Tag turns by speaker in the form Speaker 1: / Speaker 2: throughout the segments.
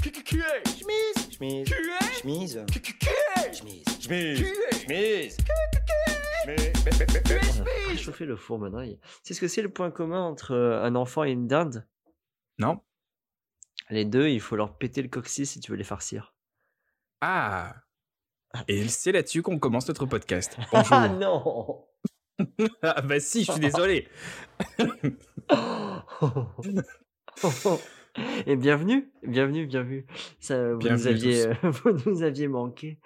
Speaker 1: Qui est
Speaker 2: Chemise.
Speaker 1: Chemise.
Speaker 2: Qui est
Speaker 1: Chemise.
Speaker 2: Qui qui- qui est
Speaker 1: Chemise.
Speaker 2: Qui
Speaker 3: Chemise.
Speaker 2: est
Speaker 3: Chemise.
Speaker 2: Qui est
Speaker 4: On a
Speaker 2: chemise
Speaker 4: réchauffé le four maintenant. il- C'est ce que c'est le point commun entre euh, un enfant et une dinde
Speaker 3: Non.
Speaker 4: Les deux, il faut leur péter le coccyx si tu veux les farcir.
Speaker 3: Ah. Et c'est là-dessus qu'on commence notre podcast.
Speaker 4: Ah
Speaker 3: Bonjour.
Speaker 4: non
Speaker 3: ah bah si, je suis désolé.
Speaker 4: Et bienvenue, bienvenue, bienvenue. Ça, vous, nous
Speaker 3: Bienvenue
Speaker 4: aviez, euh, vous nous aviez manqué.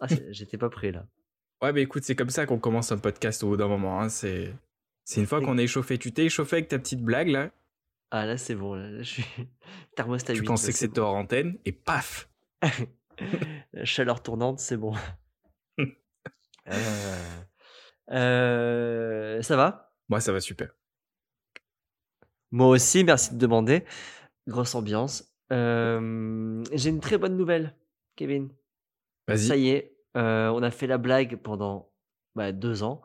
Speaker 4: Ah, c'est- J'étais pas prêt là.
Speaker 3: Ouais, bah écoute, c'est comme ça qu'on commence un podcast au bout d'un moment. hein, C'est c'est une fois
Speaker 4: Et-
Speaker 3: qu'on est échauffé. Tu t'es échauffé avec ta petite blague là.
Speaker 4: Ah là c'est bon, là, là, je suis thermostat
Speaker 3: Tu
Speaker 4: 8,
Speaker 3: pensais
Speaker 4: là,
Speaker 3: que
Speaker 4: c'est
Speaker 3: c'était hors antenne et paf.
Speaker 4: bon. Chaleur tournante, c'est bon. Euh, euh, ça va
Speaker 3: Moi, ça va super.
Speaker 4: Moi aussi, merci de demander. Grosse ambiance. Euh, J'ai une très bonne nouvelle, Kevin.
Speaker 3: Vas-y.
Speaker 4: Ça y est, euh, on a fait la blague pendant bah, deux ans.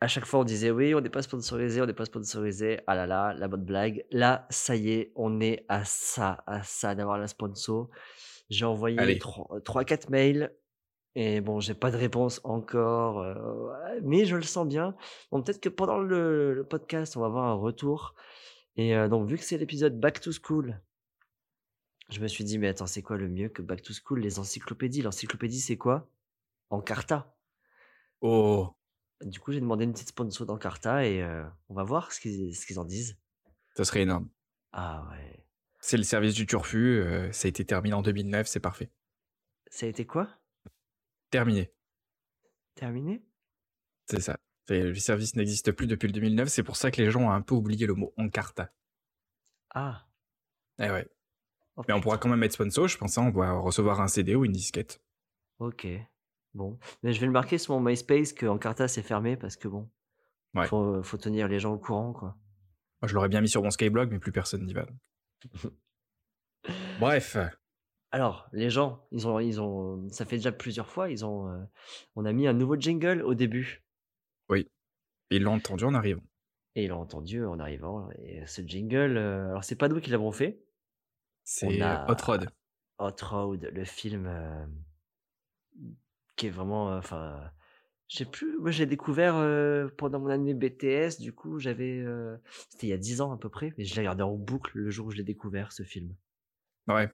Speaker 4: À chaque fois, on disait oui, on n'est pas sponsorisé, on n'est pas sponsorisé. Ah là là, la bonne blague. Là, ça y est, on est à ça, à ça d'avoir la sponsor. J'ai envoyé
Speaker 3: Allez.
Speaker 4: 3-4 mails et bon, j'ai pas de réponse encore, euh, mais je le sens bien. Bon, peut-être que pendant le, le podcast, on va avoir un retour. Et euh, donc, vu que c'est l'épisode Back to School, je me suis dit, mais attends, c'est quoi le mieux que Back to School Les encyclopédies. L'encyclopédie, c'est quoi Encarta.
Speaker 3: Oh.
Speaker 4: Du coup, j'ai demandé une petite sponsor d'Encarta et euh, on va voir ce qu'ils ce qu'ils en disent.
Speaker 3: Ça serait énorme.
Speaker 4: Ah ouais.
Speaker 3: C'est le service du turfu. euh, ça a été terminé en 2009. C'est parfait.
Speaker 4: Ça a été quoi
Speaker 3: Terminé.
Speaker 4: Terminé
Speaker 3: C'est ça. C'est- Le service n'existe plus depuis le 2009. C'est pour ça que les gens ont un peu oublié le mot Encarta.
Speaker 4: Ah.
Speaker 3: Eh ouais.
Speaker 4: Oh,
Speaker 3: Mais on
Speaker 4: putain.
Speaker 3: pourra quand même être sponsor. Je pensais on va recevoir un CD ou une disquette.
Speaker 4: Ok. Bon. Mais je vais le marquer sur mon MySpace que Encarta c'est fermé parce que bon.
Speaker 3: Ouais.
Speaker 4: Faut, faut tenir les gens au courant, quoi.
Speaker 3: Moi, je l'aurais bien mis sur mon Skyblog, mais plus personne n'y va. Bref.
Speaker 4: Alors, les gens, ils ont, ils ont, ça fait déjà plusieurs fois, ils ont, euh, on a mis un nouveau jingle au début.
Speaker 3: Ils l'ont entendu en arrivant.
Speaker 4: Et ils l'ont entendu en arrivant. Et ce jingle, euh, alors c'est pas nous qui l'avons fait,
Speaker 3: C'est
Speaker 4: On a-
Speaker 3: Hot Rod.
Speaker 4: Hot Road, le film euh, qui est vraiment. euh, Enfin, je sais plus. Moi, j'ai découvert euh, pendant mon année BTS. Du coup, j'avais. euh, C'était il y a 10 ans à peu près, mais je l'ai regardé en boucle le jour où je l'ai découvert ce film.
Speaker 3: Ouais.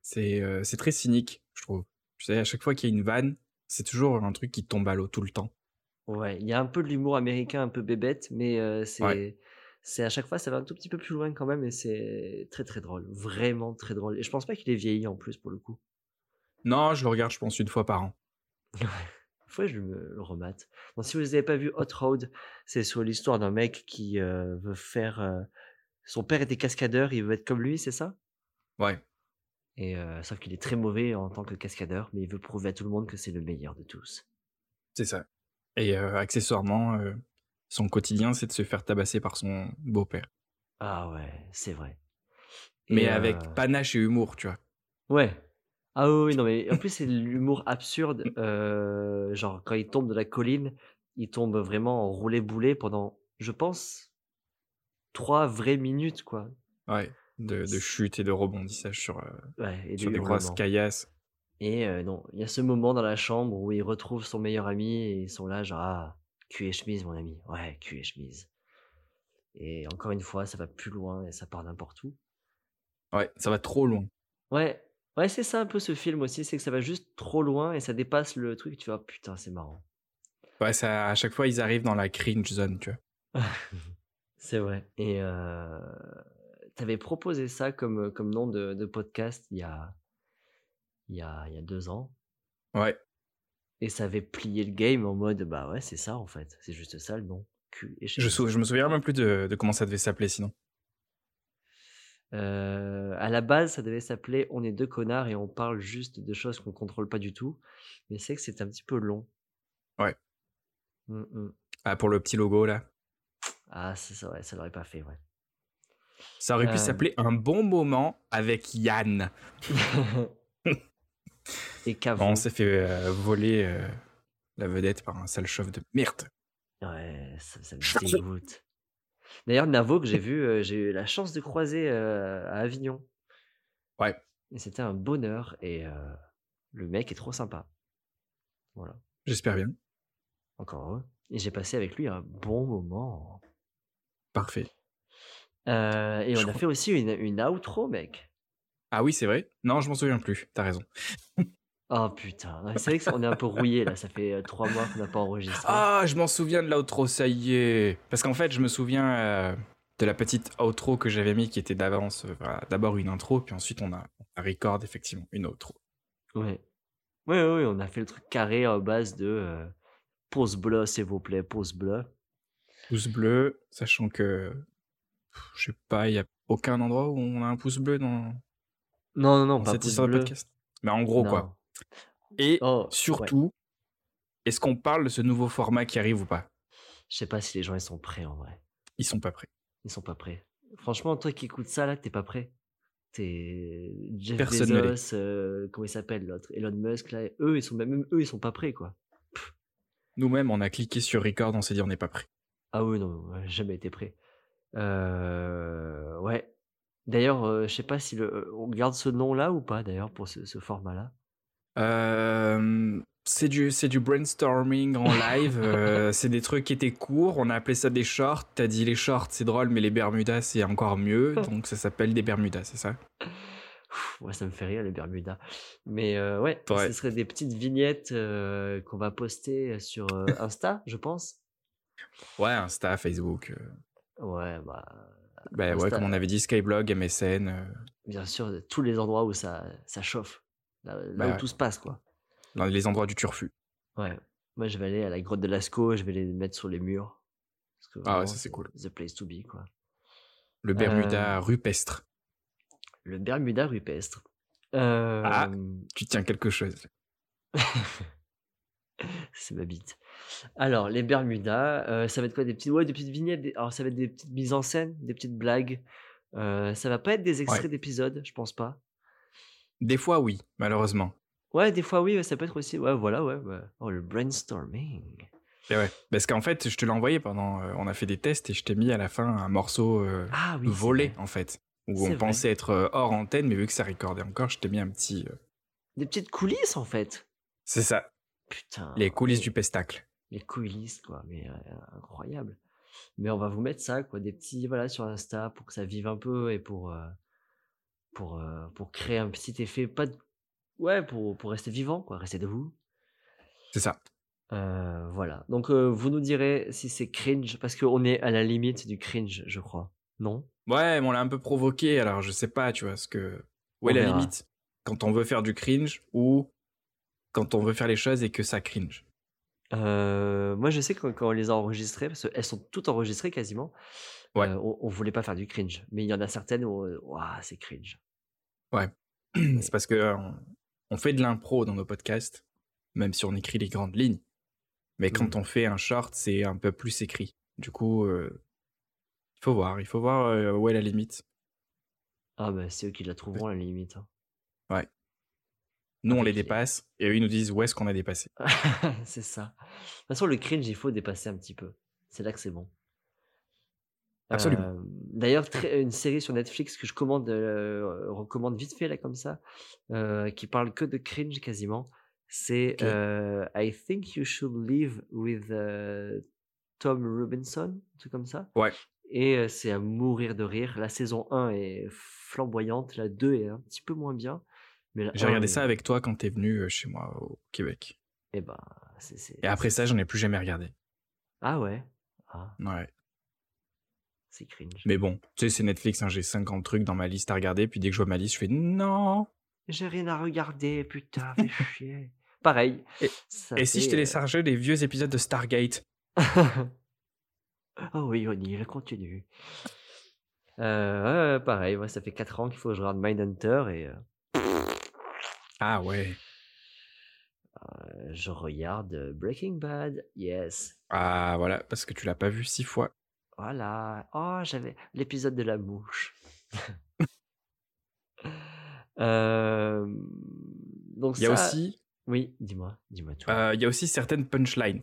Speaker 3: C'est euh, c'est très cynique, je trouve. Tu sais, à chaque fois qu'il y a une vanne, c'est toujours un truc qui tombe à l'eau tout le temps.
Speaker 4: Ouais, il y a un peu de l'humour américain, un peu bébête, mais euh, c'est.
Speaker 3: Ouais.
Speaker 4: C'est à chaque fois, ça va un tout petit peu plus loin quand même, et c'est très très drôle, vraiment très drôle. Et je pense pas qu'il ait vieilli en plus pour le coup.
Speaker 3: Non, je le regarde, je pense, une fois par an.
Speaker 4: Faut que je me le remate. Bon, si vous n'avez pas vu Hot Road, c'est sur l'histoire d'un mec qui euh, veut faire. euh, son père était cascadeur, il veut être comme lui, c'est ça
Speaker 3: Ouais.
Speaker 4: Et euh, sauf qu'il est très mauvais en tant que cascadeur, mais il veut prouver à tout le monde que c'est le meilleur de tous.
Speaker 3: C'est ça. Et euh, accessoirement, euh, son quotidien, c'est de se faire tabasser par son beau-père.
Speaker 4: Ah ouais, c'est vrai. Et,
Speaker 3: Mais
Speaker 4: euh,
Speaker 3: avec panache et humour, tu vois.
Speaker 4: Ouais. Ah oui, oui, non mais en plus c'est de l'humour absurde. euh, genre quand il tombe de la colline, il tombe vraiment en roulé-boulé pendant, je pense, trois vraies minutes quoi.
Speaker 3: Ouais. De, de chute et de rebondissage sur, euh,
Speaker 4: Ouais, et
Speaker 3: sur
Speaker 4: du
Speaker 3: des grosses
Speaker 4: hurlement.
Speaker 3: caillasses.
Speaker 4: Et euh, non, il y a ce moment dans la chambre où il retrouve son meilleur ami et ils sont là, genre, ah, cul et chemise, mon ami. Ouais, cul et chemise. Et encore une fois, ça va plus loin et ça part n'importe où.
Speaker 3: Ouais, ça va trop loin.
Speaker 4: Ouais, ouais, c'est ça un peu ce film aussi, c'est que ça va juste trop loin et ça dépasse le truc, tu vois, putain, c'est marrant.
Speaker 3: Ouais, ça, à chaque fois, ils arrivent dans la cringe zone, tu vois.
Speaker 4: C'est vrai. Et euh, t'avais proposé ça comme, comme nom de, de podcast il y a, il y, a, il y a deux ans.
Speaker 3: Ouais.
Speaker 4: Et ça avait plié le game en mode, bah ouais, c'est ça en fait, c'est juste ça le nom. Cul et
Speaker 3: Je,
Speaker 4: chemise.
Speaker 3: sou- je me souviens même plus de, de comment ça devait s'appeler sinon.
Speaker 4: Euh, à la base, ça devait s'appeler On est deux connards et on parle juste de choses qu'on contrôle pas du tout. Mais c'est que c'est un petit peu long.
Speaker 3: Ouais.
Speaker 4: Mm, mm.
Speaker 3: Ah, pour le petit logo là.
Speaker 4: Ah, c'est ça, ouais, ça l'aurait pas fait, ouais.
Speaker 3: Ça aurait
Speaker 4: Euh.
Speaker 3: pu s'appeler Un bon moment avec Yann.
Speaker 4: et qu'avant.
Speaker 3: Bon, on s'est fait euh, voler euh, la vedette par un sale chef de merde.
Speaker 4: Ouais, ça, ça
Speaker 3: Je
Speaker 4: me
Speaker 3: vais-
Speaker 4: dégoûte. D'ailleurs, Navo, que j'ai vu, euh, j'ai eu la chance de croiser euh, à Avignon.
Speaker 3: Ouais.
Speaker 4: Et c'était un bonheur. Et euh, le mec est trop sympa. Voilà.
Speaker 3: J'espère bien.
Speaker 4: Encore heureux. Et j'ai passé avec lui un bon moment.
Speaker 3: Parfait.
Speaker 4: Euh, et on
Speaker 3: Je
Speaker 4: a
Speaker 3: crois-
Speaker 4: fait aussi une, une outro, mec.
Speaker 3: Ah oui, c'est vrai Non, je m'en souviens plus. T'as raison.
Speaker 4: Oh putain. Ouais, C'est vrai que ça- on est un peu rouillé là. Ça fait euh, trois mois qu'on n'a pas enregistré.
Speaker 3: Ah, je m'en souviens de l'outro, ça y est. Parce qu'en fait, je me souviens euh, de la petite outro que j'avais mis qui était d'avance. euh, voilà, D'abord une intro, puis ensuite on a, on a record effectivement une outro.
Speaker 4: Ouais. Oui, oui, on a fait le truc carré à base de euh, pause bleu, s'il vous plaît, pause bleu.
Speaker 3: Pouce bleu, sachant que. pff, Je sais pas, il y a aucun endroit où on a un pouce bleu dans,
Speaker 4: Non, non, non,
Speaker 3: dans
Speaker 4: pas
Speaker 3: cette
Speaker 4: pouce
Speaker 3: histoire de
Speaker 4: bleu.
Speaker 3: podcast. Mais en gros,
Speaker 4: Non.
Speaker 3: quoi. Et
Speaker 4: Oh, ouais.
Speaker 3: surtout, est-ce qu'on parle de ce nouveau format qui arrive ou pas
Speaker 4: Je sais pas si les gens ils sont prêts en vrai.
Speaker 3: Ils sont pas prêts.
Speaker 4: Ils sont pas prêts. Franchement, toi qui écoutes ça là, t'es pas prêt. T'es Jeff
Speaker 3: Personne ne l'est.
Speaker 4: Bezos, euh, comment il s'appelle l'autre, Elon Musk là, eux ils sont même eux ils sont pas prêts quoi.
Speaker 3: Nous-mêmes, on a cliqué sur record, on s'est dit on n'est pas prêt.
Speaker 4: Ah oui, non, ouais, jamais été prêt. Euh, ouais. D'ailleurs, euh, je sais pas si le, on garde ce nom là ou pas d'ailleurs pour ce, ce format là.
Speaker 3: Euh, c'est du, c'est du brainstorming en live. euh, c'est des trucs qui étaient courts. On a appelé ça des shorts. T'as dit les shorts, c'est drôle, mais les Bermudas, c'est encore mieux. Donc ça s'appelle des Bermudas, c'est ça
Speaker 4: Pff, ouais, ça me fait rire les Bermudas. Mais euh, ouais,
Speaker 3: Ouais.
Speaker 4: ce serait des petites vignettes euh, qu'on va poster sur euh, Insta, je pense.
Speaker 3: Ouais, Insta, Facebook. euh,
Speaker 4: Ouais, bah,
Speaker 3: bah ouais,
Speaker 4: Insta.
Speaker 3: comme on avait dit, Skyblog, MSN. euh,
Speaker 4: bien sûr, de tous les endroits où ça, ça chauffe, là, là
Speaker 3: Bah
Speaker 4: où
Speaker 3: ouais.
Speaker 4: tout se passe, quoi.
Speaker 3: dans les endroits du turfu.
Speaker 4: Ouais. Moi, je vais aller à la grotte de Lascaux, je vais les mettre sur les murs. Parce
Speaker 3: Ah
Speaker 4: que
Speaker 3: ouais,
Speaker 4: vraiment,
Speaker 3: ça, c'est cool.
Speaker 4: The place to be, quoi.
Speaker 3: Le Bermuda rupestre.
Speaker 4: Le Bermuda rupestre. Euh,
Speaker 3: Ah. Tu tiens quelque chose.
Speaker 4: C'est ma bite. Alors, les Bermudas, euh, ça va être quoi des petites, ouais, des petites vignettes. des- Alors, ça va être des petites mises en scène, des petites blagues. Euh, ça va pas être des extraits
Speaker 3: Ouais.
Speaker 4: d'épisodes, je pense pas.
Speaker 3: Des fois, oui, malheureusement.
Speaker 4: Ouais, des fois oui, mais ça peut être aussi. Ouais, voilà, ouais. ouais. Oh, le brainstorming.
Speaker 3: Et ouais. Parce qu'en fait, je te l'ai envoyé pendant. euh, on a fait des tests et je t'ai mis à la fin un morceau euh,
Speaker 4: Ah oui. c'est
Speaker 3: volé,
Speaker 4: vrai.
Speaker 3: en fait.
Speaker 4: C'est
Speaker 3: Où on
Speaker 4: vrai.
Speaker 3: pensait être euh, hors antenne, mais vu que ça recordait encore, je t'ai mis un petit. euh,
Speaker 4: Des petites coulisses en fait.
Speaker 3: C'est ça,
Speaker 4: Putain.
Speaker 3: les coulisses
Speaker 4: mais-
Speaker 3: du pestacle.
Speaker 4: Les coulisses quoi, mais euh, incroyable. Mais on va vous mettre ça quoi, des petits voilà sur Insta pour que ça vive un peu et pour euh, pour euh, pour créer un petit effet pas de ouais pour pour rester vivant quoi, rester debout.
Speaker 3: C'est ça.
Speaker 4: Euh, voilà. Donc euh, vous nous direz si c'est cringe parce qu'on est à la limite du cringe, je crois. Non.
Speaker 3: Ouais, mais on l'a un peu provoqué, alors je sais pas, tu vois, ce que. Où est
Speaker 4: On
Speaker 3: la
Speaker 4: verra.
Speaker 3: limite Quand on veut faire du cringe ou quand on veut faire les choses et que ça cringe.
Speaker 4: Euh, moi, je sais que quand on les a enregistrées, parce qu'elles sont toutes enregistrées quasiment,
Speaker 3: Ouais.
Speaker 4: euh, on, on voulait pas faire du cringe. Mais il y en a certaines où, euh, Ouah, c'est cringe.
Speaker 3: C'est parce que euh, on- on fait de l'impro dans nos podcasts, même si on écrit les grandes lignes. Mais
Speaker 4: Mmh.
Speaker 3: quand on fait un short, c'est un peu plus écrit. Du coup, euh, il faut voir, il faut voir euh, où est la limite.
Speaker 4: Ah, bah, c'est eux qui la trouveront, à la limite. hein.
Speaker 3: Nous, on les
Speaker 4: Avec les-
Speaker 3: dépasse et eux, ils nous disent où est-ce qu'on a dépassé.
Speaker 4: c'est ça. De toute façon, le cringe, il faut dépasser un petit peu. C'est là que c'est bon.
Speaker 3: Absolument.
Speaker 4: Euh, D'ailleurs, très- une série sur Netflix que je commande, euh, recommande vite fait, là, comme ça, euh, qui parle que de cringe quasiment, c'est
Speaker 3: Ok.
Speaker 4: euh, I Think You Should Live with euh, Tom Robinson, un truc comme ça.
Speaker 3: Ouais.
Speaker 4: Et euh, c'est à mourir de rire. La saison 1 est flamboyante, la 2 est un petit peu moins bien. mais la
Speaker 3: J'ai
Speaker 4: 1
Speaker 3: regardé
Speaker 4: est-
Speaker 3: ça avec toi quand t'es venu euh, chez moi au Québec.
Speaker 4: Eh ben, c'est- c'est-
Speaker 3: Et après ça, j'en ai plus jamais regardé.
Speaker 4: Ah ouais, ah,
Speaker 3: Ouais.
Speaker 4: c'est cringe.
Speaker 3: Mais bon, tu sais, c'est Netflix, hein, j'ai 50 trucs dans ma liste à regarder, puis dès que je vois ma liste, je fais non.
Speaker 4: J'ai rien à regarder, putain, fais chier. Pareil.
Speaker 3: Et-
Speaker 4: ça
Speaker 3: Et si je
Speaker 4: fait,
Speaker 3: téléchargeais les vieux épisodes de Stargate
Speaker 4: euh, Oh oui, O'Neill, continue. Euh, ouais, ouais, pareil, moi, ça fait 4 ans qu'il faut que je regarde Mindhunter et euh,
Speaker 3: Ah ouais.
Speaker 4: je regarde euh, Breaking Bad, yes.
Speaker 3: Ah voilà, parce que tu l'as pas vu six fois.
Speaker 4: Voilà. Oh, j'avais l'épisode de la mouche. Euh, Donc
Speaker 3: Il y a
Speaker 4: ça-
Speaker 3: aussi
Speaker 4: Oui, dis-moi, dis-moi tout.
Speaker 3: Euh, Il y a aussi certaines punchlines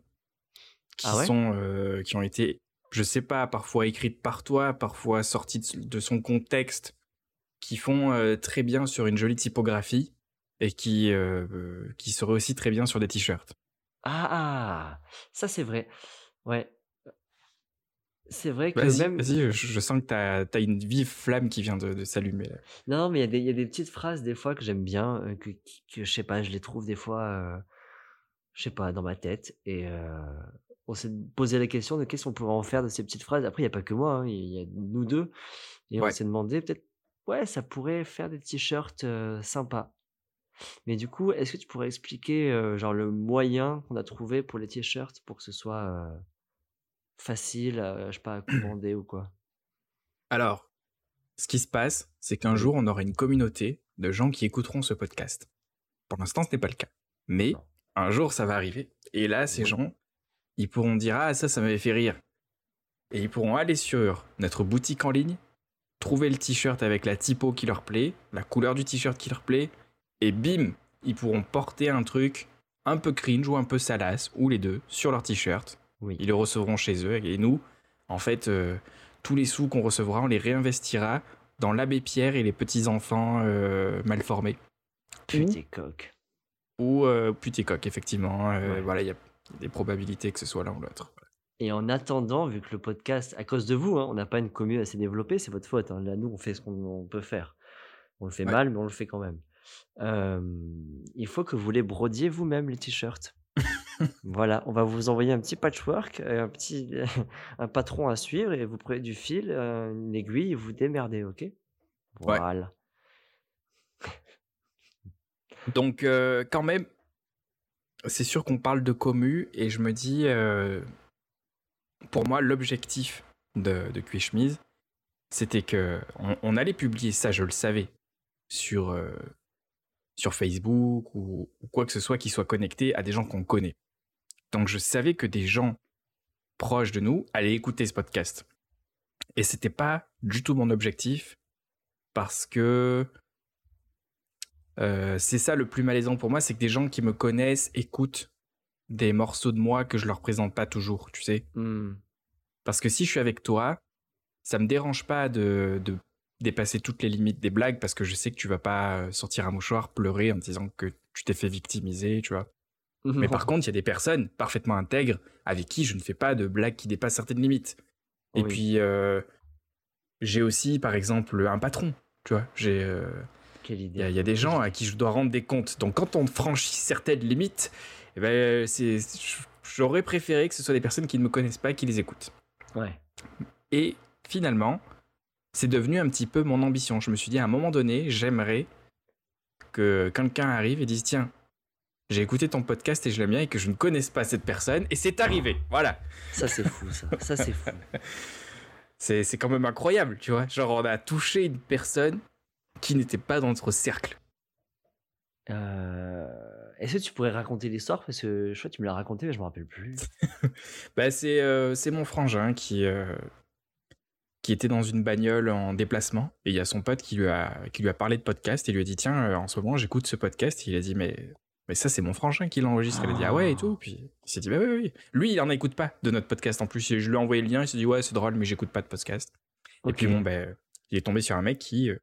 Speaker 3: qui
Speaker 4: Ah ouais
Speaker 3: sont euh, qui ont été, je sais pas, parfois écrites par toi, parfois sorties de, de son contexte, qui font euh, très bien sur une jolie typographie et qui, euh, euh, qui seraient aussi très bien sur des t-shirts.
Speaker 4: Ah, ah, ça c'est vrai. Ouais. C'est vrai que
Speaker 3: Vas-y,
Speaker 4: Bah, même.
Speaker 3: vas-y, je, je sens que t'as as une vive flamme qui vient de, de s'allumer. là.
Speaker 4: Non, mais il y, a des- il y a des petites phrases des fois que j'aime bien, euh, que, qui- que je sais pas, je les trouve des fois, euh, je sais pas, dans ma tête. Et euh, on s'est posé la question de qu'est-ce qu'on pourrait en faire de ces petites phrases. Après, il n'y a pas que moi, hein, il y a nous deux. Et on
Speaker 3: Ouais.
Speaker 4: s'est demandé, peut-être, ouais, ça pourrait faire des t-shirts euh, sympas. Mais du coup, est-ce que tu pourrais expliquer euh, genre le moyen qu'on a trouvé pour les t-shirts pour que ce soit euh, facile, euh, je sais pas, à commander ou quoi
Speaker 3: Alors, ce qui se passe, c'est qu'un jour, on aura une communauté de gens qui écouteront ce podcast. Pour l'instant, ce n'est pas le cas. Mais
Speaker 4: Non.
Speaker 3: un jour, ça va arriver. Et là, ces
Speaker 4: Oui.
Speaker 3: gens, ils pourront dire Ah, ça, ça m'avait fait rire. Et ils pourront aller sur notre boutique en ligne, trouver le t-shirt avec la typo qui leur plaît, la couleur du t-shirt qui leur plaît, et bim, ils pourront porter un truc un peu cringe ou un peu salace, ou les deux, sur leur t-shirt.
Speaker 4: Oui.
Speaker 3: Ils le recevront chez eux. Et nous, en fait, euh, tous les sous qu'on recevra, on les réinvestira dans l'abbé Pierre et les petits-enfants euh, mal formés.
Speaker 4: Putain, coq.
Speaker 3: Ou euh, putécoque, effectivement. Euh,
Speaker 4: Ouais.
Speaker 3: Voilà, il y a des probabilités que ce soit l'un ou l'autre.
Speaker 4: Et en attendant, vu que le podcast, à cause de vous, hein, on n'a pas une commune assez développée, c'est votre faute. hein. Là, nous, on fait ce qu'on on peut faire. On le fait
Speaker 3: Ouais.
Speaker 4: mal, mais on le fait quand même. Euh, il faut que vous les brodiez vous-même, les t-shirts. voilà, on va vous envoyer un petit patchwork, euh, un petit un patron à suivre, et vous prenez du fil, euh, une aiguille, et vous démerdez, ok Voilà.
Speaker 3: Donc, euh, quand même, c'est sûr qu'on parle de commu et je me dis, euh, pour moi, l'objectif de, de Cuit Chemise, c'était que on, on allait publier ça, je le savais, sur, euh, sur Facebook ou, ou quoi que ce soit qui soit connecté à des gens qu'on connaît. Donc, je savais que des gens proches de nous allaient écouter ce podcast. Et c'était pas du tout mon objectif parce que euh, c'est ça le plus malaisant pour moi, c'est que des gens qui me connaissent écoutent des morceaux de moi que je leur présente pas toujours, tu sais.
Speaker 4: Hmm.
Speaker 3: Parce que si je suis avec toi, ça me dérange pas de, de dépasser toutes les limites des blagues parce que je sais que tu vas pas euh, sortir un mouchoir, pleurer en te disant que tu t'es fait victimiser, tu vois. Mais par contre, il y a des personnes parfaitement intègres avec qui je ne fais pas de blagues qui dépassent certaines limites. Et
Speaker 4: Oui.
Speaker 3: puis, euh, j'ai aussi, par exemple, un patron, tu vois. J'ai. euh,
Speaker 4: Quelle
Speaker 3: il y, a-
Speaker 4: idée.
Speaker 3: il y a des gens à qui je dois rendre des comptes. Donc quand on franchit certaines limites, eh ben, c'est- j'aurais préféré que ce soit des personnes qui ne me connaissent pas qui les écoutent.
Speaker 4: Ouais.
Speaker 3: Et finalement, c'est devenu un petit peu mon ambition. Je me suis dit à un moment donné, j'aimerais que quelqu'un arrive et dise tiens, j'ai écouté ton podcast et je l'aime bien et que je ne connaisse pas cette personne et c'est arrivé. Voilà.
Speaker 4: Ça, c'est fou, ça. Ça, c'est fou.
Speaker 3: C'est c'est quand même incroyable, tu vois. Genre on a touché une personne qui n'était pas dans notre cercle.
Speaker 4: Euh, Est-ce que tu pourrais raconter l'histoire Parce que je crois que tu me l'as raconté, mais je me rappelle plus.
Speaker 3: Bah, c'est euh, c'est mon frangin qui, euh, qui était dans une bagnole en déplacement. Et il y a son pote qui lui a, qui lui a parlé de podcast et lui a dit Tiens, euh, en ce moment, j'écoute ce podcast. il a dit Mais, mais ça, c'est mon frangin qui l'enregistre. Il a dit Ah ouais, et tout. Puis il s'est dit Bah oui, oui. Lui, il en écoute pas de notre podcast en plus. Je lui ai envoyé le lien. Il s'est dit Ouais, c'est drôle, mais j'écoute pas de podcast. Et
Speaker 4: Ok.
Speaker 3: puis bon, ben, il est tombé sur un mec qui, euh,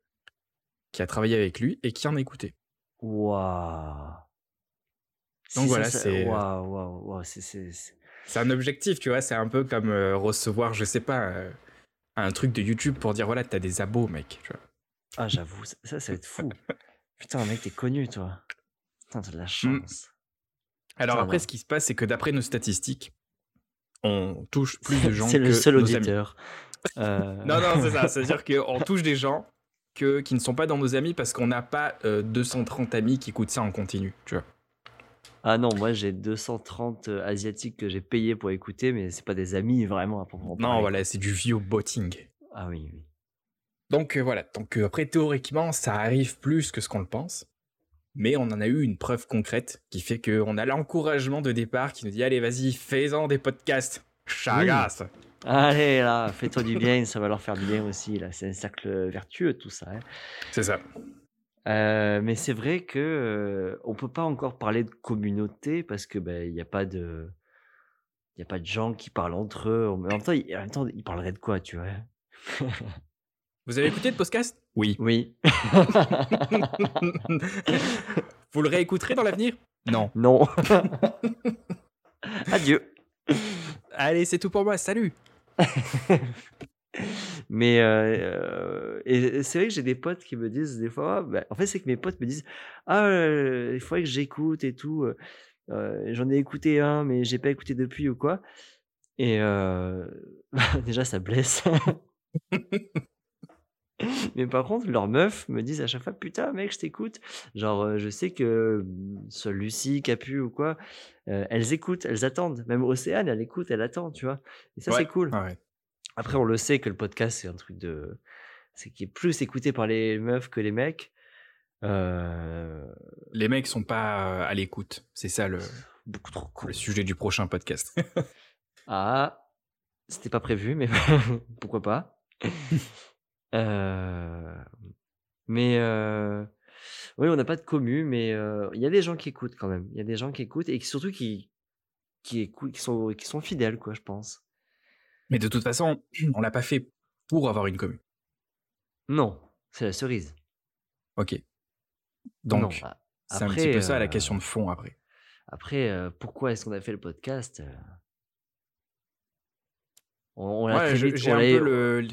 Speaker 3: qui a travaillé avec lui et qui en écoutait.
Speaker 4: Waouh.
Speaker 3: Donc
Speaker 4: ça,
Speaker 3: voilà,
Speaker 4: ça-
Speaker 3: c'est- euh,
Speaker 4: Waouh, waouh, waouh, c'est- c'est- c'est-
Speaker 3: C'est un objectif, tu vois. C'est un peu comme euh, recevoir, je sais pas, euh, un truc de YouTube pour dire Voilà, t'as des abos, mec. Tu vois.
Speaker 4: Ah, j'avoue, ça, ça, ça va être fou. Putain, mec, t'es connu, toi. Putain, t'as de
Speaker 3: Hmm.
Speaker 4: la chance.
Speaker 3: Alors
Speaker 4: Ça
Speaker 3: après,
Speaker 4: va.
Speaker 3: ce qui se passe, c'est que d'après nos statistiques, on touche plus de gens
Speaker 4: c'est
Speaker 3: que
Speaker 4: le seul
Speaker 3: nos
Speaker 4: auditeur. Euh,
Speaker 3: amis. Non, non, c'est ça. C'est-à-dire qu'on touche des gens que, qui ne sont pas dans nos amis parce qu'on n'a pas euh, 230 amis qui écoutent ça en continu, tu vois.
Speaker 4: Ah non, moi, j'ai 230 euh, Asiatiques que j'ai payé pour écouter, mais c'est pas des amis, vraiment, à proprement
Speaker 3: Non,
Speaker 4: parler.
Speaker 3: voilà, c'est du vieux botting.
Speaker 4: Ah oui, oui.
Speaker 3: Donc euh, voilà, donc euh, après théoriquement, ça arrive plus que ce qu'on le pense, mais on en a eu une preuve concrète qui fait qu'on a l'encouragement de départ qui nous dit allez vas-y, fais-en des podcasts, chagasse.
Speaker 4: Allez, là, fais-toi du bien, ça va leur faire du bien aussi, là. C'est un cercle vertueux, tout ça, hein.
Speaker 3: C'est ça.
Speaker 4: Euh, mais c'est vrai que euh, on peut pas encore parler de communauté parce que ben il n'y a pas de il y a pas de gens qui parlent entre eux. Mais En même temps, ils, en même temps, ils parleraient de quoi, tu vois
Speaker 3: Vous avez écouté le podcast Oui.
Speaker 4: Oui.
Speaker 3: Vous le réécouterez dans l'avenir Non.
Speaker 4: non. Adieu.
Speaker 3: Allez, c'est tout pour moi. Salut
Speaker 4: Mais euh, euh, et c'est vrai que j'ai des potes qui me disent des fois, ah, bah, en fait, c'est que mes potes me disent Ah, euh, il faudrait que j'écoute et tout. euh, euh, J'en ai écouté un, mais j'ai pas écouté depuis ou quoi. Et euh, déjà, ça blesse. mais par contre, leurs meufs me disent à chaque fois Putain, mec, je t'écoute. Genre, euh, je sais que hum, soit Lucie, Capu ou quoi, euh, elles écoutent, elles attendent. Même Océane, elle écoute, elle attend, tu vois. Et ça,
Speaker 3: Ouais.
Speaker 4: c'est cool.
Speaker 3: Ouais.
Speaker 4: Après, on le sait que le podcast, c'est un truc de. C'est qui est plus écouté par les meufs que les mecs. Euh,
Speaker 3: Les mecs sont pas euh, à l'écoute. C'est ça le,
Speaker 4: Beaucoup trop
Speaker 3: le
Speaker 4: cool.
Speaker 3: sujet du prochain podcast.
Speaker 4: Ah, c'était pas prévu, mais pourquoi pas. Euh, Mais euh, oui, on n'a pas de commu, mais euh, il y a des gens qui écoutent quand même. Il y a des gens qui écoutent et qui, surtout qui, qui, écoutent, qui, sont, qui sont fidèles, quoi, je pense.
Speaker 3: Mais de toute façon, on l'a pas fait pour avoir une commune.
Speaker 4: Non, c'est la cerise.
Speaker 3: Ok.
Speaker 4: Non,
Speaker 3: Donc,
Speaker 4: a-
Speaker 3: c'est un
Speaker 4: après,
Speaker 3: petit peu ça la
Speaker 4: euh,
Speaker 3: question de fond après.
Speaker 4: Après, euh, pourquoi est-ce qu'on a fait le podcast euh, On, on l'a
Speaker 3: Ouais,
Speaker 4: très
Speaker 3: je-
Speaker 4: vite-
Speaker 3: j'ai
Speaker 4: on
Speaker 3: un
Speaker 4: l'a-
Speaker 3: peu le.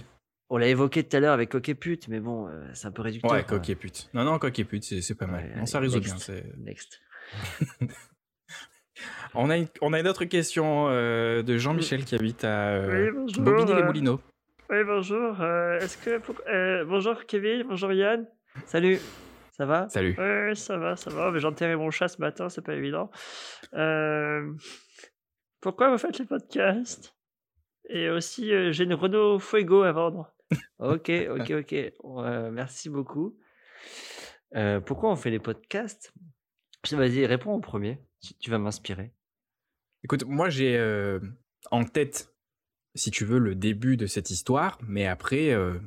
Speaker 4: on l'a évoqué tout à l'heure avec Coquet Pute, mais bon, euh, c'est un peu réducteur.
Speaker 3: Ouais,
Speaker 4: quoi.
Speaker 3: coq et pute. Non, non, coq et pute, c'est c'est pas mal.
Speaker 4: Ouais,
Speaker 3: non, ça
Speaker 4: allez,
Speaker 3: résout
Speaker 4: next.
Speaker 3: bien. c'est-
Speaker 4: Next.
Speaker 3: On a, une, on a une autre question euh, de Jean-Michel qui habite à euh,
Speaker 4: bonjour.
Speaker 3: Bobigny-les-Moulineaux.
Speaker 4: bonjour. euh, est-ce que euh, bonjour Kevin, bonjour Yann. Salut. Ça va
Speaker 3: Salut.
Speaker 4: Ouais, ça va, ça va. Mais j'ai enterré mon chat ce matin, c'est pas évident. Euh, Pourquoi vous faites les podcasts Et aussi, euh, j'ai une Renault Fuego à vendre. ok, ok, ok. Euh, merci beaucoup. Euh, pourquoi on fait les podcasts Je sais, Vas-y, réponds en premier. Tu, tu vas m'inspirer.
Speaker 3: Écoute, moi j'ai euh, en tête, si tu veux, le début de cette histoire, mais après, euh,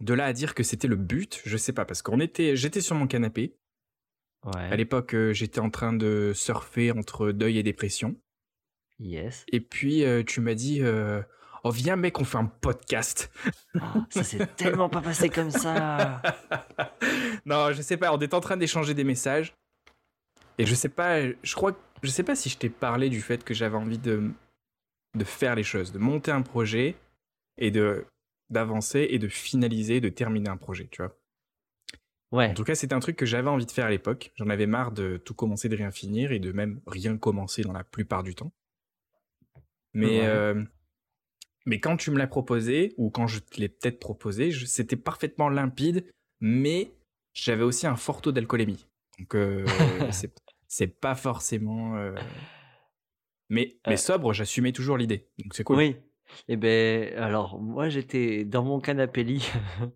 Speaker 3: de là à dire que c'était le but, je sais pas, parce qu'on était, j'étais sur mon canapé.
Speaker 4: Ouais.
Speaker 3: À l'époque, euh, j'étais en train de surfer entre deuil et dépression.
Speaker 4: Yes.
Speaker 3: Et puis, euh, tu m'as dit, euh, oh viens mec, on fait un podcast.
Speaker 4: Oh, ça s'est tellement pas passé comme ça.
Speaker 3: non, je sais pas, on était en train d'échanger des messages. Et je sais pas, je crois, que- je sais pas si je t'ai parlé du fait que j'avais envie de, de faire les choses, de monter un projet et de d'avancer et de finaliser, de terminer un projet, tu vois.
Speaker 4: Ouais.
Speaker 3: En tout cas, c'était un truc que j'avais envie de faire à l'époque. J'en avais marre de tout commencer, de rien finir et de même rien commencer dans la plupart du temps. Mais,
Speaker 4: Ouais.
Speaker 3: euh, mais quand tu me l'as proposé, ou quand je te l'ai peut-être proposé, je- c'était parfaitement limpide, mais j'avais aussi un fort taux d'alcoolémie. Donc, euh, c'est- c'est pas forcément. euh, Mais, mais
Speaker 4: Euh.
Speaker 3: sobre, j'assumais toujours l'idée. Donc, c'est cool.
Speaker 4: Oui. Eh ben, alors, moi, j'étais dans mon canapé lit.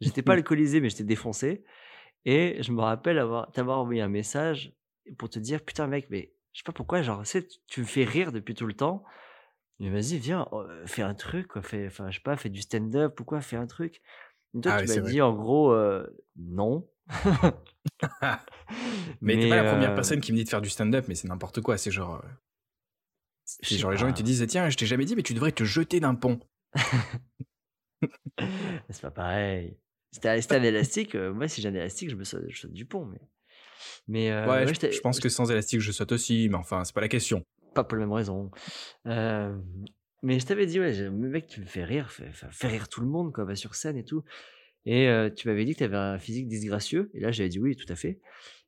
Speaker 4: j'étais
Speaker 3: Mm.
Speaker 4: pas alcoolisé, mais j'étais défoncé. Et je me rappelle avoir, t'avoir envoyé un message pour te dire, putain, mec, mais je sais pas pourquoi, genre, tu sais, tu me fais rire depuis tout le temps. Mais vas-y, viens, euh, fais un truc, quoi. Fais, enfin, je sais pas, fais du stand-up ou quoi, fais un truc. Et toi,
Speaker 3: Ah
Speaker 4: tu
Speaker 3: oui, c'est
Speaker 4: m'as
Speaker 3: vrai.
Speaker 4: dit, en gros, euh, non.
Speaker 3: Mais, t'es pas la première
Speaker 4: euh,
Speaker 3: personne qui me dit de faire du stand-up, mais c'est n'importe quoi. C'est genre. euh,
Speaker 4: je
Speaker 3: C'est
Speaker 4: sais
Speaker 3: genre les gens
Speaker 4: pas.
Speaker 3: ils te disent tiens je t'ai jamais dit mais tu devrais te jeter d'un pont. Bah,
Speaker 4: C'est pas pareil. C'était un, c'était un élastique. euh, moi, si j'ai un élastique, je me saute, je saute du pont. Mais, mais euh,
Speaker 3: ouais,
Speaker 4: ouais,
Speaker 3: je,
Speaker 4: j'étais-
Speaker 3: je pense que sans élastique je saute aussi mais enfin c'est pas la question.
Speaker 4: pas pour la même raison. Euh, mais je t'avais dit, ouais, j'ai- mais mec, tu me fais rire, fais, fais- fais rire tout le monde, quoi, va sur scène et tout. Et euh, tu m'avais dit que tu avais un physique disgracieux. Et là, j'avais dit oui, tout à fait.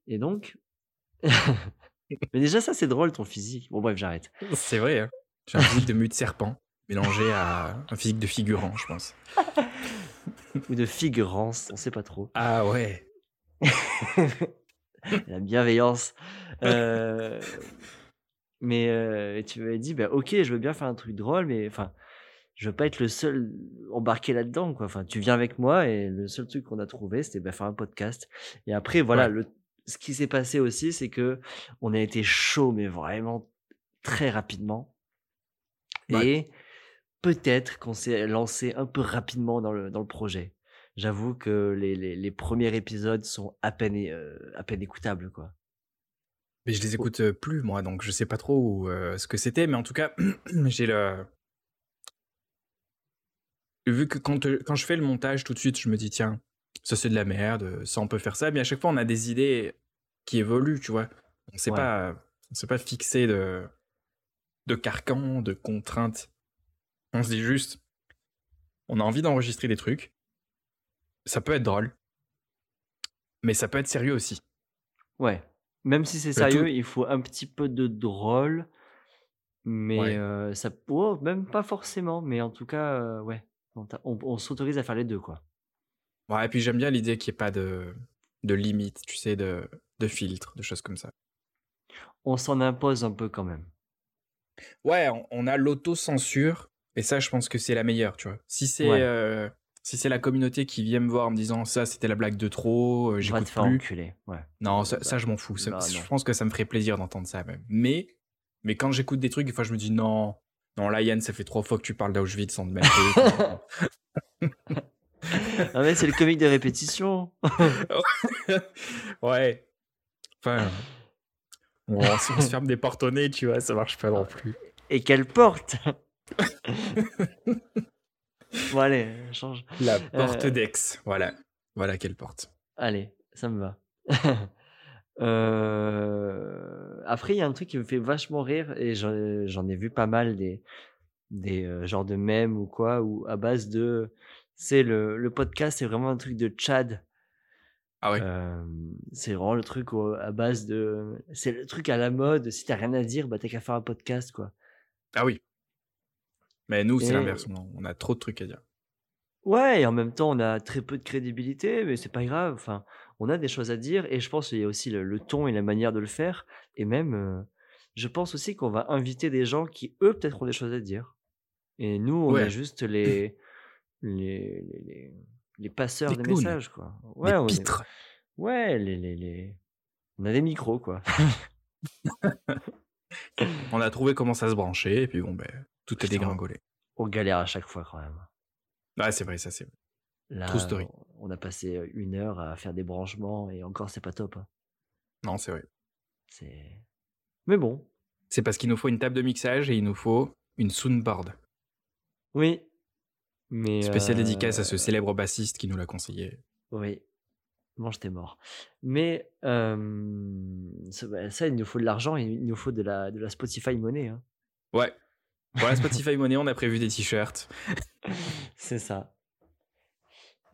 Speaker 4: Et donc. mais déjà, ça, c'est drôle, ton physique. Bon, bref, j'arrête.
Speaker 3: C'est vrai. Hein. J'ai un physique de mue de serpent mélangé à un physique de figurant je pense.
Speaker 4: Ou de figurance, on sait pas trop.
Speaker 3: Ah ouais.
Speaker 4: la bienveillance. Euh, mais euh, tu m'avais dit, bah, ok, je veux bien faire un truc drôle, mais enfin, je veux pas être le seul embarqué là-dedans, quoi. Enfin, tu viens avec moi et le seul truc qu'on a trouvé, c'était bah, faire un podcast. Et après, voilà,
Speaker 3: Ouais.
Speaker 4: le, ce qui s'est passé aussi, c'est que on a été chaud, mais vraiment très rapidement.
Speaker 3: Ouais.
Speaker 4: Et peut-être qu'on s'est lancé un peu rapidement dans le, dans le projet. J'avoue que les, les, les premiers épisodes sont à peine, euh, à peine écoutables, quoi.
Speaker 3: Mais je les écoute euh, plus moi donc je sais pas trop où, euh, ce que c'était mais en tout cas j'ai le vu que quand, euh, quand je fais le montage tout de suite je me dis tiens ça c'est de la merde, euh, ça on peut faire ça. Mais à chaque fois, on a des idées qui évoluent, tu vois. On ne s'est
Speaker 4: Ouais.
Speaker 3: pas, on s'est pas fixé de, de carcan, de contraintes. On se dit juste, on a envie d'enregistrer des trucs. Ça peut être drôle, mais ça peut être sérieux aussi.
Speaker 4: Ouais. Même si c'est
Speaker 3: Bah, tout-
Speaker 4: sérieux, il faut un petit peu de drôle. Mais
Speaker 3: Ouais.
Speaker 4: euh, ça. oh, même pas forcément, mais en tout cas, euh, ouais. On, t'a- on- on s'autorise à faire les deux, quoi.
Speaker 3: Ouais, et puis j'aime bien l'idée qu'il n'y ait pas de, de limite, tu sais, de, de filtre, de choses comme ça.
Speaker 4: On s'en impose un peu quand même.
Speaker 3: Euh, Ouais, on, on a l'autocensure, et ça, je pense que c'est la meilleure, tu vois. Si c'est
Speaker 4: Ouais.
Speaker 3: euh, si c'est la communauté qui vient me voir en me disant ça, c'était la blague de trop, euh,
Speaker 4: Va te
Speaker 3: j'écoute
Speaker 4: faire
Speaker 3: plus.
Speaker 4: enculer. Ouais.
Speaker 3: Non, ça, ça, je m'en fous. Ça-
Speaker 4: Bah,
Speaker 3: je
Speaker 4: non.
Speaker 3: pense que ça me ferait plaisir d'entendre ça même. Mais, mais quand j'écoute des trucs, des fois, je me dis non, non, là, Yann, ça fait trois fois que tu parles d'Auschwitz sans te mettre.
Speaker 4: Ah ouais, c'est le comique de répétition.
Speaker 3: ouais. Enfin, on, on se ferme des portes au nez, tu vois, ça marche
Speaker 4: Ah.
Speaker 3: pas non plus.
Speaker 4: Et quelle porte Bon, allez, change.
Speaker 3: La porte
Speaker 4: Euh.
Speaker 3: d'Aix, voilà. Voilà quelle porte.
Speaker 4: Allez, ça me va. Euh, Après, il y a un truc qui me fait vachement rire et j'en euh, j'en ai vu pas mal des, des euh, genres de mèmes ou quoi, ou à base de. C'est le, le podcast, c'est vraiment un truc de Chad.
Speaker 3: Ah ouais.
Speaker 4: Euh, c'est vraiment le truc au- à base de. C'est le truc à la mode. Si t'as rien à dire, bah t'as qu'à faire un podcast, quoi.
Speaker 3: Ah oui. Mais nous, c'est
Speaker 4: Et-
Speaker 3: l'inverse. On on a trop de trucs à dire.
Speaker 4: Ouais, et en même temps, on a très peu de crédibilité, mais c'est pas grave. Enfin, on a des choses à dire, et je pense qu'il y a aussi le, le ton et la manière de le faire. Et même, euh, je pense aussi qu'on va inviter des gens qui, eux, peut-être ont des choses à dire. Et nous, on
Speaker 3: Ouais.
Speaker 4: est juste les, les, les, les- les passeurs
Speaker 3: Les
Speaker 4: de
Speaker 3: clowns.
Speaker 4: messages, quoi.
Speaker 3: Ouais,
Speaker 4: Ouais, on est-
Speaker 3: pitre.
Speaker 4: ouais, les, les, les- on a des micros, quoi.
Speaker 3: On a trouvé comment ça se branchait, et puis bon, ben, tout est
Speaker 4: Putain.
Speaker 3: dégringolé.
Speaker 4: On galère à chaque fois, quand même.
Speaker 3: Ah, c'est vrai, ça, c'est
Speaker 4: Là,
Speaker 3: True story.
Speaker 4: on a passé une heure à faire des branchements, et encore, c'est pas top. hein.
Speaker 3: Non, c'est vrai.
Speaker 4: C'est... Mais bon,
Speaker 3: C'est parce qu'il nous faut une table de mixage et il nous faut une soundboard.
Speaker 4: Oui. Mais
Speaker 3: Spéciale dédicace à ce
Speaker 4: euh,
Speaker 3: célèbre bassiste qui nous l'a conseillé.
Speaker 4: Oui. Mange tes morts. Mais euh, ça, bah, ça, il nous faut de l'argent, il nous faut de la, de la Spotify monnaie. hein.
Speaker 3: Ouais. Voilà, Spotify Money, on a prévu des t-shirts.
Speaker 4: C'est ça.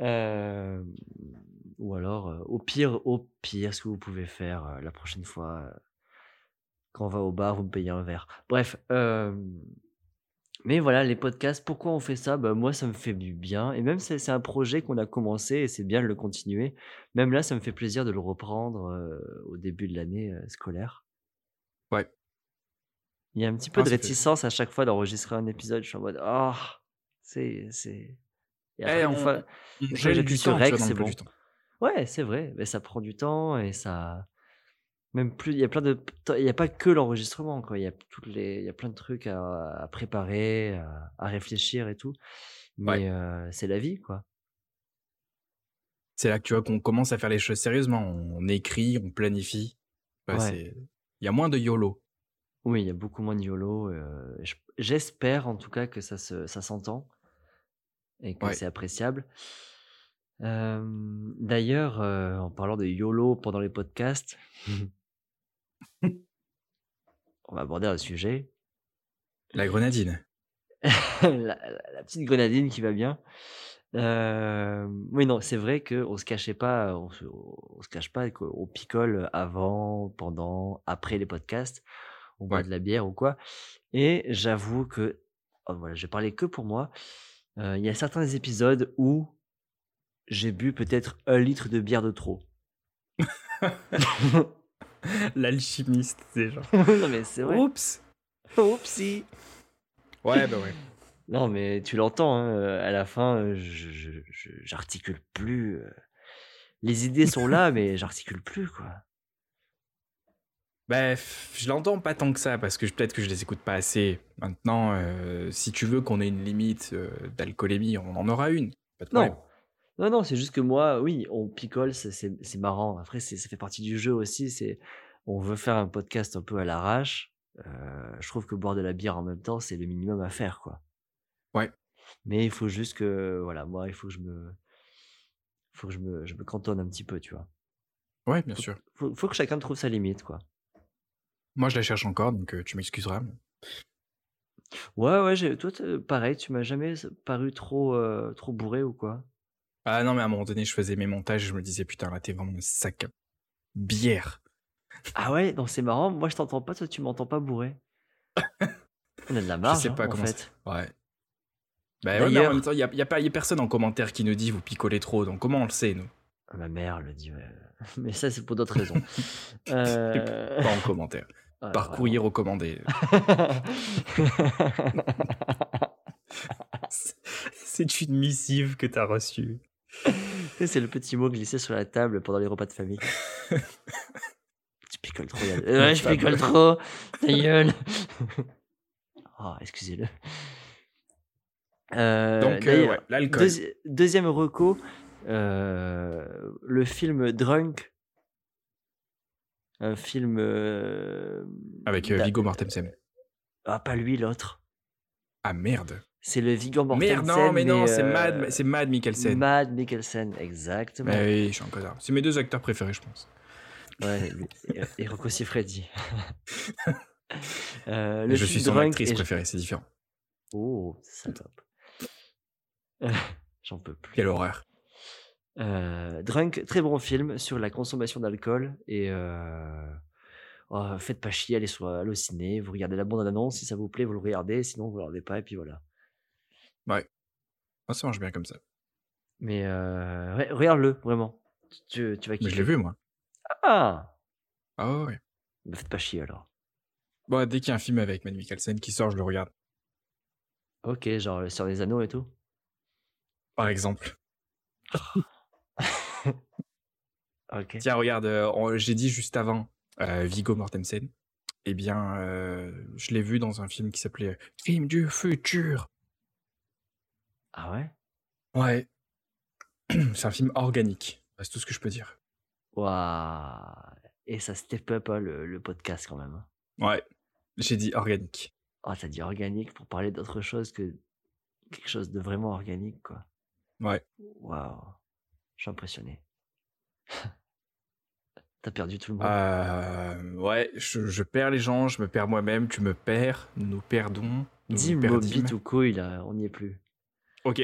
Speaker 4: Euh, ou alors, euh, au pire, au pire, ce que vous pouvez faire euh, la prochaine fois, euh, quand on va au bar, vous me payez un verre. Bref. euh, mais voilà, les podcasts, pourquoi on fait ça Bah, Moi, ça me fait du bien. Et même, c'est c'est un projet qu'on a commencé et c'est bien de le continuer. Même là, ça me fait plaisir de le reprendre euh, au début de l'année euh, scolaire.
Speaker 3: Ouais.
Speaker 4: Il y a un petit peu
Speaker 3: Ah,
Speaker 4: de
Speaker 3: ça fait-
Speaker 4: réticence à chaque fois d'enregistrer un épisode. Je suis en mode, ah, c'est. c'est- Et après,
Speaker 3: Eh,
Speaker 4: une
Speaker 3: on-
Speaker 4: fois-
Speaker 3: On
Speaker 4: que
Speaker 3: gèle
Speaker 4: j'appuie
Speaker 3: du
Speaker 4: sur
Speaker 3: temps, tu
Speaker 4: Rec,
Speaker 3: vois, dans
Speaker 4: c'est
Speaker 3: l'emploi
Speaker 4: bon.
Speaker 3: du temps.
Speaker 4: Ouais, c'est vrai, mais ça prend du temps et ça. Même plus, il y a plein de. Il n'y a pas que l'enregistrement, quoi. Il y, a toutes les... il y a plein de trucs à, à préparer, à... à réfléchir et tout. Mais
Speaker 3: Ouais.
Speaker 4: euh, c'est la vie, quoi.
Speaker 3: C'est là que tu vois qu'on commence à faire les choses sérieusement. On écrit, on planifie. Ouais,
Speaker 4: Ouais.
Speaker 3: c'est- Il y a moins de YOLO.
Speaker 4: Oui, il y a beaucoup moins de YOLO. euh, je- J'espère en tout cas que ça se- ça s'entend et que
Speaker 3: Ouais.
Speaker 4: c'est appréciable. Euh, D'ailleurs, euh, en parlant de YOLO pendant les podcasts, on va aborder un sujet.
Speaker 3: La grenadine.
Speaker 4: la, la- la petite grenadine qui va bien. Euh, oui, non, c'est vrai qu'on se cachait pas, on se, on se cache pas, qu'on on picole avant, pendant, après les podcasts, on boit
Speaker 3: Ouais.
Speaker 4: de la bière ou quoi. Et j'avoue que, oh, voilà, je parlais que pour moi, euh, il y a certains épisodes où j'ai bu peut-être un litre de bière de trop. non,
Speaker 3: L'alchimiste, déjà.
Speaker 4: mais c'est vrai.
Speaker 3: Oups.
Speaker 4: Oupsie.
Speaker 3: Ouais, bah ouais.
Speaker 4: Non, mais tu l'entends, hein, euh, à la fin, euh, je- je- je- j'articule plus. euh. Les idées sont là, mais j'articule plus, quoi.
Speaker 3: Bah, f- je l'entends pas tant que ça parce que je- peut-être que je les écoute pas assez. Maintenant, euh, si tu veux qu'on ait une limite euh, d'alcoolémie, on en aura une. Pas de
Speaker 4: Non.
Speaker 3: problème.
Speaker 4: Non, non, c'est juste que moi, oui, on picole, c'est- c'est c'est marrant. Après, c'est- ça fait partie du jeu aussi. c'est On veut faire un podcast un peu à l'arrache. Euh, je trouve que boire de la bière en même temps, c'est le minimum à faire, quoi.
Speaker 3: Ouais.
Speaker 4: Mais il faut juste que, voilà, moi, il faut que je me. faut que je me, je me cantonne un petit peu, tu vois.
Speaker 3: Ouais, bien sûr.
Speaker 4: Faut, faut que chacun trouve sa limite, quoi.
Speaker 3: Moi, je la cherche encore, donc euh, tu m'excuseras. mais-
Speaker 4: Ouais, ouais, j'ai- toi, t'es- pareil, tu m'as jamais s- paru trop, euh, trop bourré ou quoi.
Speaker 3: Ah non, mais à un moment donné, je faisais mes montages et je me disais, putain, là, t'es vraiment un sac à bière.
Speaker 4: Ah ouais, donc c'est marrant, moi je t'entends pas, toi tu m'entends pas bourré. On a de la marge,
Speaker 3: sais pas
Speaker 4: hein, en
Speaker 3: comment
Speaker 4: fait.
Speaker 3: Ouais. Bah ouais, mais en
Speaker 4: D'ailleurs-
Speaker 3: même temps, il n'y a, y a pas- y a personne en commentaire qui nous dit vous picolez trop, donc comment on le sait, nous
Speaker 4: Ah, Ma mère le dit, ouais. mais ça c'est pour d'autres raisons. Euh,
Speaker 3: Pas en commentaire.
Speaker 4: ouais,
Speaker 3: Par
Speaker 4: Ah, ouais.
Speaker 3: courrier recommandé. C'est une missive que t'as reçue.
Speaker 4: c'est le petit mot glissé sur la table pendant les repas de famille. tu picoles trop, Yann. Euh, ouais, je
Speaker 3: Table.
Speaker 4: picole trop, ta gueule. Ah, excusez-le. Euh,
Speaker 3: Donc, euh,
Speaker 4: d'ailleurs,
Speaker 3: ouais, l'alcool.
Speaker 4: Deuxi- deuxième reco, euh, le film Drunk. Un film. euh,
Speaker 3: Avec euh,
Speaker 4: d'a-
Speaker 3: Viggo Mortensen.
Speaker 4: Ah, pas lui, l'autre.
Speaker 3: Ah merde.
Speaker 4: C'est le Viggo Mortensen.
Speaker 3: Merde, non, mais non, c'est
Speaker 4: euh,
Speaker 3: Mad, c'est Mad Mikkelsen.
Speaker 4: Mad Mikkelsen, exactement.
Speaker 3: Mais oui, je suis un connard. C'est mes deux acteurs préférés, je pense.
Speaker 4: Ouais, lui- et- et Rocco Siffredi. Euh,
Speaker 3: je
Speaker 4: film
Speaker 3: suis son
Speaker 4: Drunk
Speaker 3: actrice
Speaker 4: est-
Speaker 3: préférée, c'est différent.
Speaker 4: Oh, c'est ça, top. Euh, J'en peux plus.
Speaker 3: Quelle horreur.
Speaker 4: Euh, Drunk, très bon film sur la consommation d'alcool et euh, oh, faites pas chier, allez sur Allociné, vous regardez la bande-annonce, si ça vous plaît, vous le regardez, sinon vous le regardez pas et puis voilà.
Speaker 3: Moi, ça marche bien comme ça.
Speaker 4: Mais euh, ouais, regarde-le vraiment, tu, tu vas
Speaker 3: Mais
Speaker 4: kiffer.
Speaker 3: je l'ai vu, moi.
Speaker 4: Ah,
Speaker 3: Ah ouais.
Speaker 4: bah, faites pas chier alors.
Speaker 3: Bon, dès qu'il y a un film avec Mad Mikkelsen qui sort, je le regarde.
Speaker 4: Ok, genre euh, sur les anneaux et tout.
Speaker 3: Par exemple.
Speaker 4: Ok.
Speaker 3: Tiens, regarde, euh, on- j'ai dit juste avant euh, Viggo Mortensen. Eh bien, euh, je l'ai vu dans un film qui s'appelait Crime du futur.
Speaker 4: Ah ouais.
Speaker 3: Ouais. C'est un film organique. C'est tout ce que je peux dire.
Speaker 4: Waouh. Et ça step up hein, le, le podcast quand même. hein.
Speaker 3: Ouais. J'ai dit organique.
Speaker 4: Ah, t'as dit organique pour parler d'autre chose que quelque chose de vraiment organique, quoi.
Speaker 3: Ouais.
Speaker 4: Waouh. Je suis impressionné. t'as perdu tout le monde.
Speaker 3: Euh, ouais, je, je perds les gens, je me perds moi-même, tu me perds, nous nous perdons. Nous
Speaker 4: Dim,
Speaker 3: nous perdîmes.
Speaker 4: Moby, tout couille, là, on n'y est plus.
Speaker 3: Ok.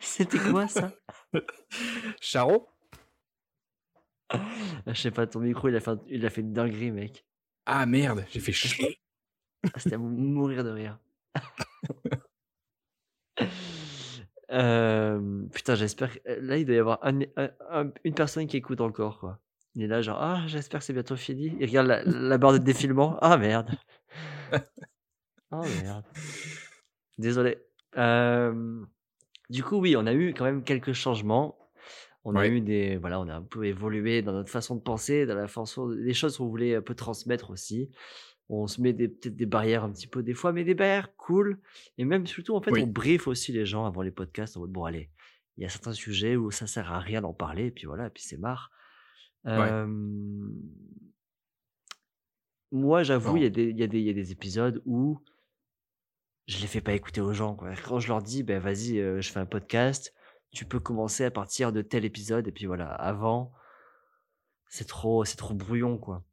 Speaker 4: C'était quoi, ça
Speaker 3: Charo
Speaker 4: Ah, Je sais pas, ton micro, il a fait, il a fait une dinguerie, mec.
Speaker 3: Ah merde, j'ai fait chier.
Speaker 4: Ah, C'était à mou- mourir de rire. Euh, putain, j'espère que... Là, il doit y avoir un- un- un- une personne qui écoute encore, quoi. Il est là, genre, ah, j'espère que c'est bientôt fini. Il regarde la, la barre de défilement. Ah, merde. Oh, merde. Désolé. Euh, du coup, oui, on a eu quand même quelques changements. On a
Speaker 3: Ouais.
Speaker 4: eu des... Voilà, on a un peu évolué dans notre façon de penser, dans la façon... Les choses qu'on voulait un peu transmettre aussi. On se met des- peut-être des barrières un petit peu des fois, mais des barrières cool. Et même surtout, en fait,
Speaker 3: Oui.
Speaker 4: on briefe aussi les gens avant les podcasts en mode bon, allez, il y a certains sujets où ça sert à rien d'en parler, et puis voilà, et puis c'est marre. Euh, Moi, j'avoue, il y, a des- il y a des- il y a des épisodes où je les fais pas écouter aux gens. quoi. Quand je leur dis, ben vas-y, euh, je fais un podcast, tu peux commencer à partir de tel épisode, et puis voilà, avant, c'est trop, c'est trop brouillon, quoi.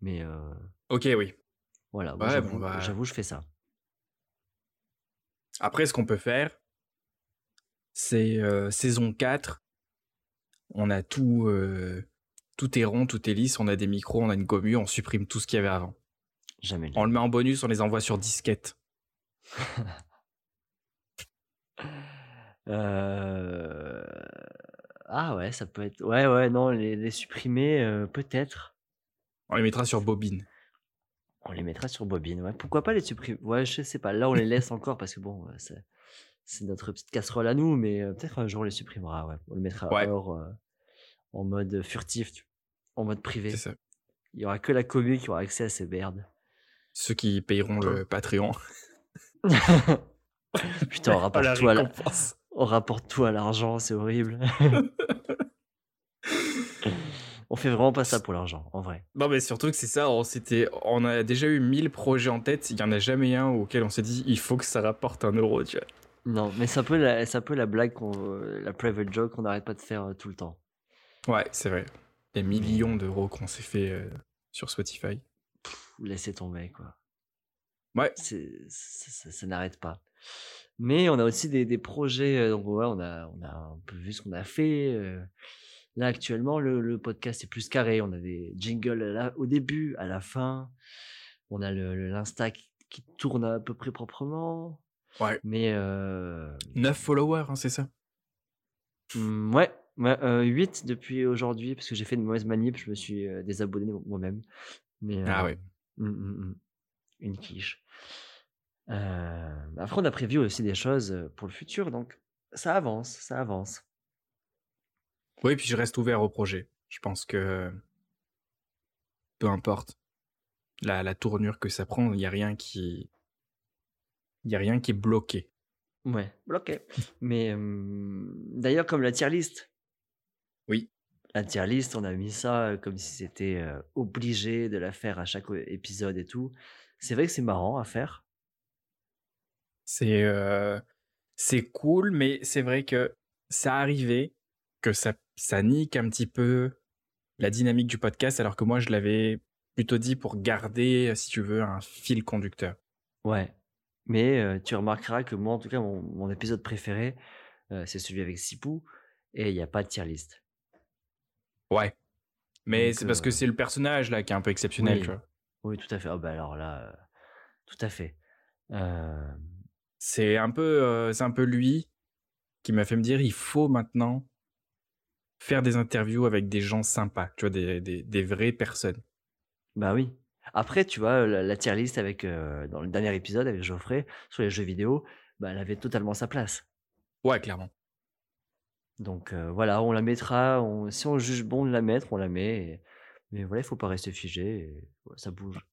Speaker 4: Mais euh,
Speaker 3: Ok, oui.
Speaker 4: voilà, moi,
Speaker 3: Ouais,
Speaker 4: j'avoue,
Speaker 3: bon, bah.
Speaker 4: j'avoue, je fais ça.
Speaker 3: Après, ce qu'on peut faire, c'est euh, saison 4. On a tout. euh, tout est rond, tout est lisse, on a des micros, on a une commu, on supprime tout ce qu'il y avait avant.
Speaker 4: Jamais. de la
Speaker 3: On le met en bonus, on les envoie sur disquette.
Speaker 4: Euh, Ah ouais, ça peut être. Ouais, ouais, non, les, les supprimer, euh, peut-être.
Speaker 3: On les mettra sur bobine.
Speaker 4: On les mettra sur bobine. Ouais. Pourquoi pas les supprimer Ouais, je sais pas. Là, on les laisse encore parce que bon, euh, c'est, c'est notre petite casserole à nous, mais euh, peut-être un jour on les supprimera. Ouais. On les mettra
Speaker 3: Ouais.
Speaker 4: hors, euh, en mode furtif, tu- en mode privé.
Speaker 3: C'est ça.
Speaker 4: Il y aura que la commune qui aura accès à ces merdes.
Speaker 3: Ceux qui payeront le Patreon.
Speaker 4: Putain,
Speaker 3: Ah, la
Speaker 4: on rapporte, tout à la-
Speaker 3: récompense.
Speaker 4: on rapporte tout à l'argent, c'est horrible. on fait vraiment pas ça pour l'argent, en vrai.
Speaker 3: Non, mais surtout que c'est ça, on, s'était- on a déjà eu 1000 projets en tête, il n'y en a jamais un auquel on s'est dit il faut que ça rapporte un euro, tu vois.
Speaker 4: Non, mais c'est un peu la, c'est un peu la blague, qu'on, la private joke qu'on n'arrête pas de faire euh, tout le temps.
Speaker 3: Ouais, c'est vrai. Les millions d'euros qu'on s'est fait euh, sur Spotify.
Speaker 4: Pff, Laissez tomber, quoi.
Speaker 3: Ouais.
Speaker 4: C'est, c'est- ça, ça n'arrête pas. Mais on a aussi des, des projets. euh, Donc, ouais, on a, on a un peu vu ce qu'on a fait. euh. Là, actuellement, le, le podcast est plus carré. On a des jingles à la- au début, à la fin. On a le, le- l'Insta qui, qui tourne à peu près proprement.
Speaker 3: Ouais.
Speaker 4: Mais. euh,
Speaker 3: 9 followers, hein, c'est ça
Speaker 4: Mm, Ouais, 8 depuis aujourd'hui, parce que j'ai fait une mauvaise manip, je me suis euh, désabonné mo- moi-même. Mais,
Speaker 3: Ah
Speaker 4: euh,
Speaker 3: ouais.
Speaker 4: mm, mm, mm, une quiche. Euh, après, on a prévu aussi des choses euh, pour le futur, donc ça avance, ça avance.
Speaker 3: Oui, puis je reste ouvert au projet. Je pense que peu importe la, la tournure que ça prend, il n'y a rien qui. Il y a rien qui est bloqué.
Speaker 4: Ouais, bloqué. Mais euh, d'ailleurs, comme la tier list.
Speaker 3: Oui.
Speaker 4: La tier list, on a mis ça euh, comme si c'était euh, obligé de la faire à chaque euh, épisode et tout. C'est vrai que c'est marrant à faire.
Speaker 3: C'est euh, c'est cool, mais c'est vrai que ça arrivait que ça, ça nique un petit peu la dynamique du podcast, alors que moi, je l'avais plutôt dit pour garder, si tu veux, un fil conducteur.
Speaker 4: Ouais. Mais euh, tu remarqueras que moi, en tout cas, mon, mon épisode préféré, euh, c'est celui avec Sipou, et il n'y a pas de tier list.
Speaker 3: Ouais. Mais
Speaker 4: Donc,
Speaker 3: c'est parce
Speaker 4: euh,
Speaker 3: que c'est le personnage là qui est un peu exceptionnel,
Speaker 4: oui.
Speaker 3: tu vois.
Speaker 4: Oui, tout à fait. Ah bah alors là, euh, tout à fait. Euh,
Speaker 3: C'est un peu, euh, c'est un peu lui qui m'a fait me dire, il faut maintenant faire des interviews avec des gens sympas, tu vois, des, des, des vraies personnes.
Speaker 4: bah oui. Après, tu vois, la, la tier list avec, euh, dans le dernier épisode avec Geoffrey, sur les jeux vidéo, bah, elle avait totalement sa place.
Speaker 3: Ouais, clairement.
Speaker 4: Donc euh, voilà, on la mettra. on- si on juge bon de la mettre, on la met. et- mais voilà, il faut pas rester figé. et, ouais, ça bouge.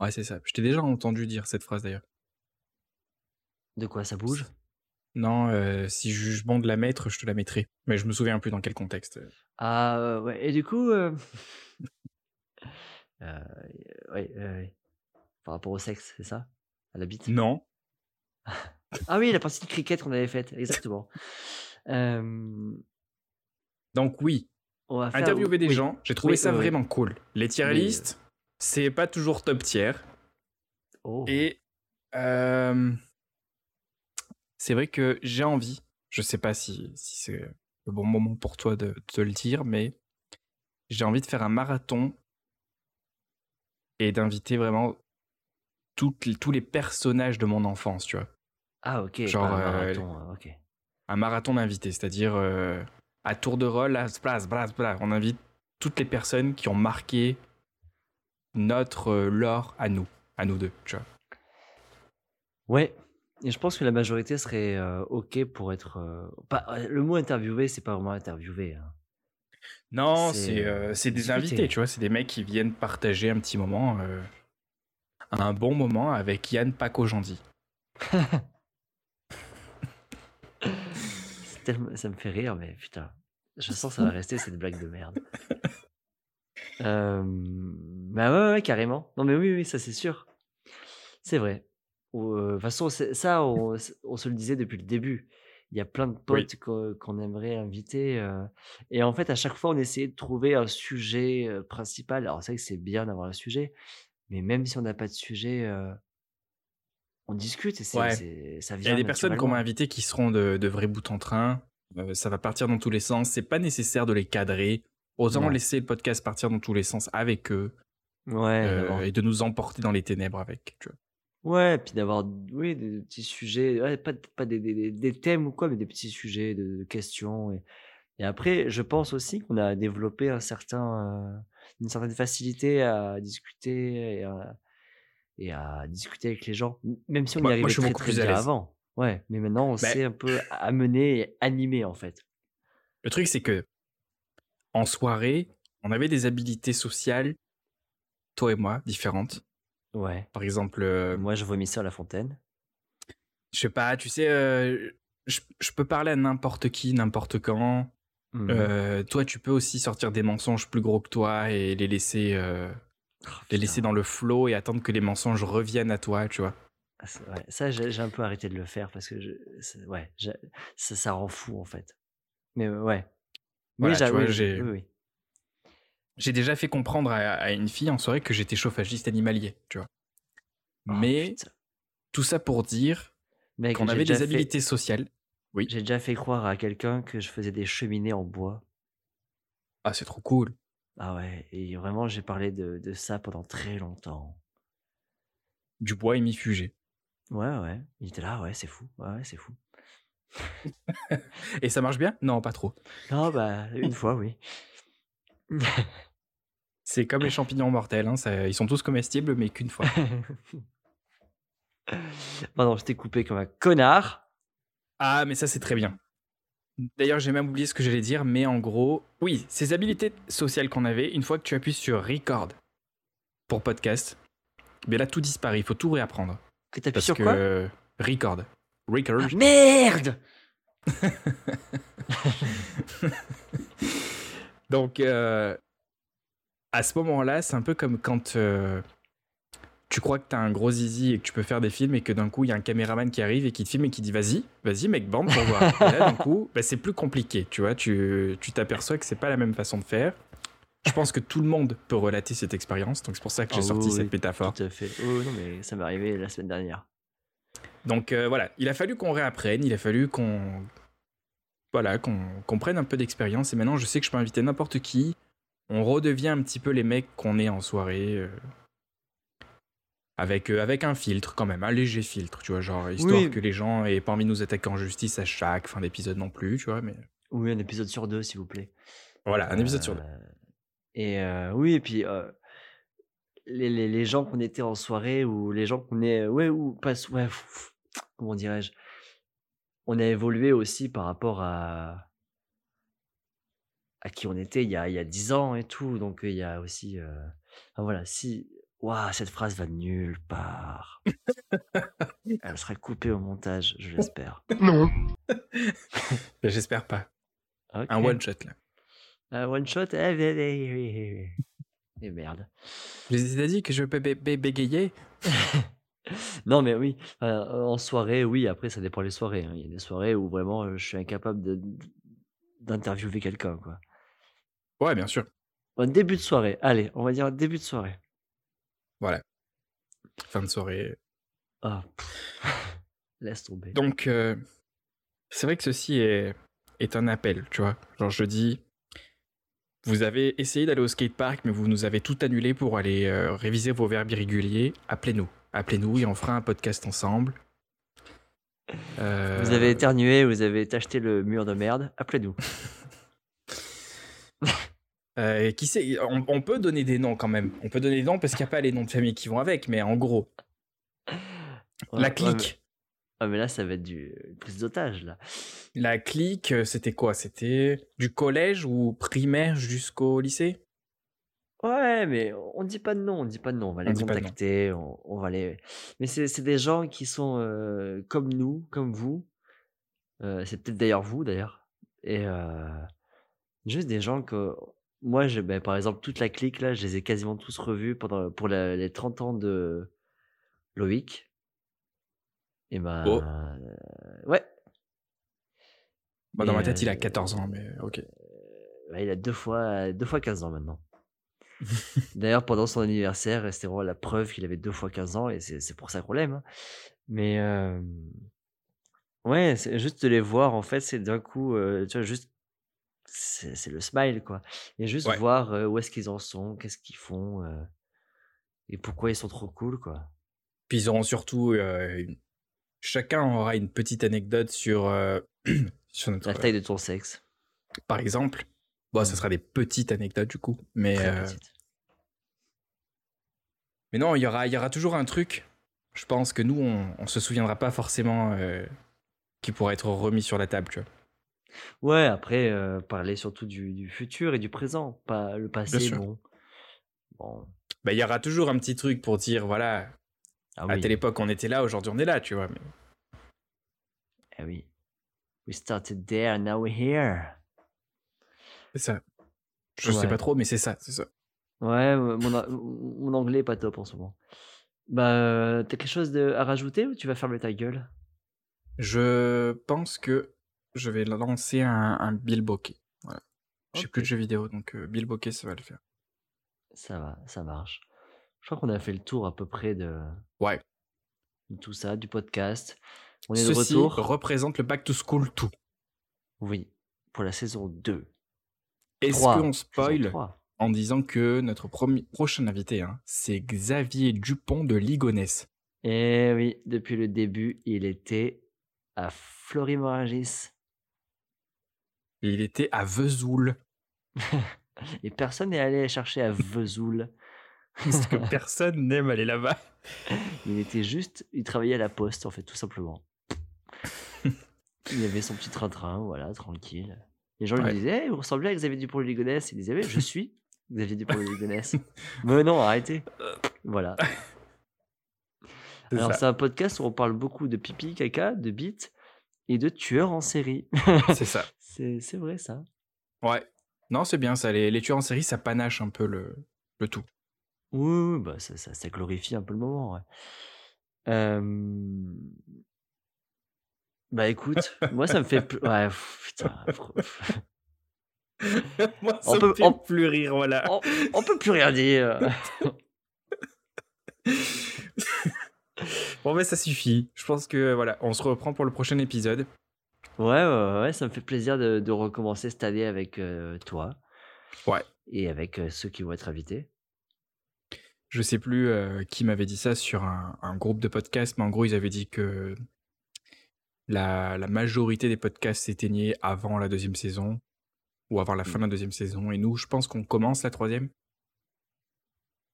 Speaker 3: Ouais, c'est ça. Je t'ai déjà entendu dire cette phrase d'ailleurs.
Speaker 4: De quoi ça bouge
Speaker 3: Non, euh, si je juge bon de la mettre, je te la mettrai. Mais je me souviens plus dans quel contexte.
Speaker 4: Ah euh, ouais, et du coup, euh, euh, ouais, ouais, ouais. par rapport au sexe, c'est ça À la bite
Speaker 3: Non.
Speaker 4: Ah oui, la partie de cricket qu'on avait faite, exactement. Euh,
Speaker 3: Donc oui,
Speaker 4: on va faire-
Speaker 3: interviewer des
Speaker 4: oui,
Speaker 3: gens, j'ai trouvé
Speaker 4: Oui,
Speaker 3: ça
Speaker 4: oui, oui.
Speaker 3: vraiment cool. Les tier
Speaker 4: Mais- euh,
Speaker 3: listes, c'est pas toujours top tier.
Speaker 4: oh,
Speaker 3: Et euh, c'est vrai que j'ai envie, je sais pas si, si c'est le bon moment pour toi de te le dire, mais j'ai envie de faire un marathon et d'inviter vraiment toutes, les- tous les personnages de mon enfance, tu vois.
Speaker 4: Ah ok,
Speaker 3: genre,
Speaker 4: genre
Speaker 3: euh,
Speaker 4: ok.
Speaker 3: un marathon d'invités, c'est-à-dire euh, à tour de rôle, à place, place, place, on invite toutes les personnes qui ont marqué notre euh, lore à nous, à nous deux, tu vois.
Speaker 4: Ouais. Et je pense que la majorité serait euh, ok pour être. euh, pas- euh, le mot interviewer, c'est pas vraiment interviewer. hein.
Speaker 3: Non,
Speaker 4: C'est,
Speaker 3: c'est
Speaker 4: euh,
Speaker 3: euh, c'est des
Speaker 4: discuter.
Speaker 3: invités, tu vois, c'est des mecs qui viennent partager un petit moment, euh, un bon moment avec Yann Paco-Jandy.
Speaker 4: C'est tellement- Ça me fait rire, mais putain, je sens que ça va rester cette blague de merde. Euh, Bah ouais, ouais, ouais, carrément. Non, mais oui, oui, ça c'est sûr. C'est vrai. Ou, euh, De toute façon, c'est- ça, on, on se le disait depuis le début. Il y a plein de potes qu'on qu'on aimerait inviter. euh, et en fait, à chaque fois, on essayait de trouver un sujet euh, principal. Alors, c'est vrai que c'est bien d'avoir un sujet, mais même si on n'a pas de sujet, euh, on discute et c'est
Speaker 3: Ouais.
Speaker 4: c'est- ça
Speaker 3: Il y
Speaker 4: vient.
Speaker 3: a des personnes qu'on m'a
Speaker 4: naturellement.
Speaker 3: invitées qui seront de, de vrais bouts en train, euh, ça va partir dans tous les sens, c'est pas nécessaire de les cadrer, autant
Speaker 4: Non.
Speaker 3: laisser le podcast partir dans tous les sens avec eux
Speaker 4: Ouais,
Speaker 3: euh,
Speaker 4: Eh, vraiment.
Speaker 3: et de nous emporter dans les ténèbres avec, tu vois.
Speaker 4: Ouais, puis d'avoir oui, des, des petits sujets, ouais, pas, pas des, des- des- des thèmes ou quoi, mais des petits sujets de, de questions. Et, et après, je pense aussi qu'on a développé un certain, euh, une certaine facilité à discuter et à, et à discuter avec les gens, M- même si on
Speaker 3: Ouais,
Speaker 4: y
Speaker 3: moi,
Speaker 4: arrivait
Speaker 3: je suis
Speaker 4: très,
Speaker 3: beaucoup
Speaker 4: très
Speaker 3: plus à
Speaker 4: bien
Speaker 3: l'aise. Bah
Speaker 4: avant. Ouais, mais maintenant, on sait un peu amener et animer, en fait.
Speaker 3: Le truc, c'est que en soirée, on avait des habilités sociales, toi et moi, différentes.
Speaker 4: Ouais.
Speaker 3: Par exemple, euh,
Speaker 4: Moi, je vomis ça à la fontaine.
Speaker 3: je sais pas, tu sais, euh, je, je peux parler à n'importe qui, n'importe quand.
Speaker 4: Mhm.
Speaker 3: Euh, toi, tu peux aussi sortir des mensonges plus gros que toi et les laisser, euh,
Speaker 4: Oh,
Speaker 3: les laisser
Speaker 4: putain.
Speaker 3: dans le flot et attendre que les mensonges reviennent à toi, tu vois.
Speaker 4: Ah, c'est- ouais, Ça, j'ai j'ai un peu arrêté de le faire parce que je, c'est- ouais, j'ai- ça, ça rend fou en fait. Mais euh, ouais.
Speaker 3: Voilà,
Speaker 4: j'a-
Speaker 3: tu vois, j'ai-
Speaker 4: oui, Oh, oui.
Speaker 3: J'ai déjà fait comprendre à, à une fille en soirée que j'étais chauffagiste animalier, tu vois.
Speaker 4: Oh,
Speaker 3: Mais
Speaker 4: putain.
Speaker 3: tout ça pour dire
Speaker 4: Mec,
Speaker 3: qu'on
Speaker 4: j'ai
Speaker 3: avait
Speaker 4: déjà
Speaker 3: des
Speaker 4: fait-
Speaker 3: habilités sociales. Oui.
Speaker 4: J'ai déjà fait croire à quelqu'un que je faisais des cheminées en bois.
Speaker 3: Ah, c'est trop cool.
Speaker 4: Ah ouais, et vraiment, j'ai parlé de, de ça pendant très longtemps.
Speaker 3: Du bois hémifugé.
Speaker 4: Ouais, ouais. Il était là, ouais, c'est fou. Ouais, ouais, c'est fou.
Speaker 3: Et ça marche bien Non, pas trop.
Speaker 4: Non, bah, une fois, oui.
Speaker 3: C'est comme les champignons mortels, hein, ça- ils sont tous comestibles, mais qu'une fois.
Speaker 4: Pardon, je t'ai coupé comme un connard.
Speaker 3: Ah, mais ça, c'est très bien. D'ailleurs, j'ai même oublié ce que j'allais dire, mais en gros, oui, ces habilités sociales qu'on avait, une fois que tu appuies sur record pour podcast, mais là, tout disparaît, il faut tout réapprendre.
Speaker 4: Que t'appuies
Speaker 3: Parce
Speaker 4: sur
Speaker 3: que
Speaker 4: quoi
Speaker 3: euh, record. Record.
Speaker 4: Ah, Merde
Speaker 3: Donc, euh, à ce moment-là, c'est un peu comme quand euh, tu crois que t'as un gros zizi et que tu peux faire des films et que d'un coup, il y a un caméraman qui arrive et qui te filme et qui dit vas-y, vas-y, mec, bande pour voir. et là, d'un coup, bah, c'est plus compliqué, tu vois. Tu tu t'aperçois que c'est pas la même façon de faire. Je pense que tout le monde peut relater cette expérience, donc c'est pour ça que j'ai
Speaker 4: Ah
Speaker 3: sorti
Speaker 4: oui,
Speaker 3: cette
Speaker 4: oui,
Speaker 3: métaphore.
Speaker 4: Tout à fait. Oh non, mais ça m'est arrivé la semaine dernière.
Speaker 3: Donc euh, voilà, il a fallu qu'on réapprenne, il a fallu qu'on voilà, qu'on qu'on prenne un peu d'expérience. Et maintenant, je sais que je peux inviter n'importe qui. On redevient un petit peu les mecs qu'on est en soirée. euh, Avec, euh, avec un filtre quand même, un léger filtre, tu vois, genre histoire
Speaker 4: Oui.
Speaker 3: que les gens aient pas envie de nous attaquer en justice à chaque fin d'épisode non plus, tu vois, mais
Speaker 4: Oui, un épisode sur deux, s'il vous plaît.
Speaker 3: voilà, un épisode
Speaker 4: Euh,
Speaker 3: sur deux.
Speaker 4: Et euh, oui, et puis euh, les, les, les gens qu'on était en soirée ou les gens qu'on est. Ouais, ou pas. sou- Ouais, pff, comment dirais-je On a évolué aussi par rapport à. à qui on était il y a, il y a 10 ans et tout. Donc il y a aussi. euh, enfin, voilà, si. Waouh, cette phrase va nulle part. Elle sera coupée au montage, je l'espère.
Speaker 3: Ben, J'espère pas. Un
Speaker 4: Ok.
Speaker 3: one shot là.
Speaker 4: Un one shot eh, eh, eh, eh, eh, eh. Et merde.
Speaker 3: Je les ai dit que je peux bé- bé- bégayer.
Speaker 4: Non, mais oui, euh, en soirée, oui, après, ça dépend les soirées. hein. Il y a des soirées où vraiment euh, je suis incapable de- d'interviewer quelqu'un. quoi.
Speaker 3: Ouais, bien sûr.
Speaker 4: Bon, début de soirée, allez, on va dire début de soirée.
Speaker 3: Fin de soirée,
Speaker 4: Ah, pff, laisse tomber.
Speaker 3: Donc, euh, c'est vrai que ceci est, est un appel, tu vois. Genre, je dis, vous avez essayé d'aller au skatepark, mais vous nous avez tout annulé pour aller euh, réviser vos verbes irréguliers. Appelez-nous. Appelez-nous et on fera un podcast ensemble. Euh,
Speaker 4: Vous avez éternué, vous avez tacheté le mur de merde, appelez-nous.
Speaker 3: euh, et qui sait, on, on peut donner des noms quand même. On peut donner des noms parce qu'il n'y a pas les noms de famille qui vont avec, mais en gros,
Speaker 4: Ouais,
Speaker 3: la
Speaker 4: ouais,
Speaker 3: clique.
Speaker 4: mais- ouais, mais là, ça va être du une prise d'otage, là.
Speaker 3: La clique, euh, c'était quoi C'était du collège ou primaire jusqu'au lycée
Speaker 4: Ouais, mais on on dit pas de nom, on dit pas de nom, on va les
Speaker 3: dit pas de nom.
Speaker 4: contacter, on, on va les. Mais c'est c'est des gens qui sont euh, comme nous, comme vous. Euh, c'est peut-être d'ailleurs vous, d'ailleurs. Et euh, juste des gens que. Moi, je, ben, par exemple, toute la clique, là, je les ai quasiment tous revus pendant, pour la- les 30 ans de Loïc. Et ben.
Speaker 3: Oh.
Speaker 4: euh, ouais.
Speaker 3: Bah, Dans
Speaker 4: Et,
Speaker 3: ma tête, il a
Speaker 4: euh,
Speaker 3: 14 ans, mais ok.
Speaker 4: Ouais, il a deux fois, deux fois 15 ans maintenant. D'ailleurs, pendant son anniversaire, c'était vraiment la preuve qu'il avait deux fois 15 ans et c'est c'est pour ça qu'on l'aime. hein. Mais euh, ouais, c'est juste de les voir, en fait, c'est d'un coup, euh, tu vois, juste, c'est c'est le smile, quoi. Et juste
Speaker 3: Ouais.
Speaker 4: voir euh, où est-ce qu'ils en sont, qu'est-ce qu'ils font euh, et pourquoi ils sont trop cool, quoi.
Speaker 3: Puis ils auront surtout. euh, une- Chacun aura une petite anecdote sur, euh, sur notre.
Speaker 4: La taille de ton sexe,
Speaker 3: Par exemple. Bon, ça sera des petites anecdotes du coup. Mais,
Speaker 4: très
Speaker 3: euh,
Speaker 4: petite.
Speaker 3: mais non, il y aura, il y aura toujours un truc. Je pense que nous, on, on se souviendra pas forcément euh, qui pourra être remis sur la table, tu vois.
Speaker 4: Ouais, après, euh, parler surtout du, du futur et du présent, pas le passé,
Speaker 3: sûr.
Speaker 4: bon. Bon.
Speaker 3: Bah, il y aura toujours un petit truc pour dire, voilà,
Speaker 4: Ah
Speaker 3: à
Speaker 4: oui.
Speaker 3: telle époque on était là, aujourd'hui on est là, tu vois. mais-
Speaker 4: Eh oui. We started there, now we're here.
Speaker 3: C'est ça. Je sais
Speaker 4: Ouais.
Speaker 3: pas trop, mais c'est ça, c'est ça.
Speaker 4: Ouais, mon, mon anglais est pas top en ce moment. Bah, t'as quelque chose de- à rajouter ou tu vas fermer ta gueule
Speaker 3: Je pense que je vais lancer un, un Bill Bokeh. Voilà. J'ai plus de jeux vidéo, donc euh, Bill Bokeh, ça va le faire.
Speaker 4: Ça va, ça marche. Je crois qu'on a fait le tour à peu près de,
Speaker 3: Ouais.
Speaker 4: de tout ça, du podcast. On est de
Speaker 3: Ceci
Speaker 4: retour.
Speaker 3: représente le back to school tout.
Speaker 4: Oui, pour la saison 2.
Speaker 3: Est-ce
Speaker 4: Trois,
Speaker 3: qu'on
Speaker 4: saison
Speaker 3: spoil
Speaker 4: trois.
Speaker 3: en disant que notre promi- prochain invité, hein, c'est Xavier Dupont de Ligonès.
Speaker 4: Eh oui, depuis le début, il était à Florimorangis.
Speaker 3: Il était à Vesoul.
Speaker 4: Et personne n'est allé chercher à Vesoul.
Speaker 3: Parce que personne n'aime aller là-bas.
Speaker 4: Il était juste, il travaillait à la poste, en fait, tout simplement. Il avait son petit train-train, voilà, tranquille. Les gens lui
Speaker 3: Ouais.
Speaker 4: disaient, Eh, vous ressemblez à Xavier Dupont de Ligonnès. Il disait, oui, je suis Xavier Dupont de Ligonnès. Mais non, arrêtez. Voilà.
Speaker 3: C'est
Speaker 4: Alors,
Speaker 3: ça.
Speaker 4: c'est un podcast où on parle beaucoup de pipi, caca, de bites et de tueurs en série.
Speaker 3: C'est ça.
Speaker 4: c'est c'est vrai, ça.
Speaker 3: Ouais. Non, c'est bien ça. Les, les tueurs en série, ça panache un peu le, le tout.
Speaker 4: Oui, oui, bah ça, ça, ça glorifie un peu le moment. ouais. Euh, Bah écoute, moi ça me fait plus. Ouais, pff, putain. pff,
Speaker 3: Moi,
Speaker 4: ça On me peut- fait on-
Speaker 3: plus rire, voilà.
Speaker 4: On, on peut plus rien dire.
Speaker 3: Bon, mais ça suffit. Je pense que, voilà, on se reprend pour le prochain épisode.
Speaker 4: Ouais, ouais, ouais, ça me fait plaisir de, de recommencer cette année avec euh, toi.
Speaker 3: Ouais.
Speaker 4: Et avec euh, ceux qui vont être invités.
Speaker 3: Je sais plus euh, qui m'avait dit ça sur un, un groupe de podcasts, mais en gros, ils avaient dit que la, la majorité des podcasts s'éteignaient avant la deuxième saison ou avant la fin de la deuxième saison. Et nous, je pense qu'on commence la troisième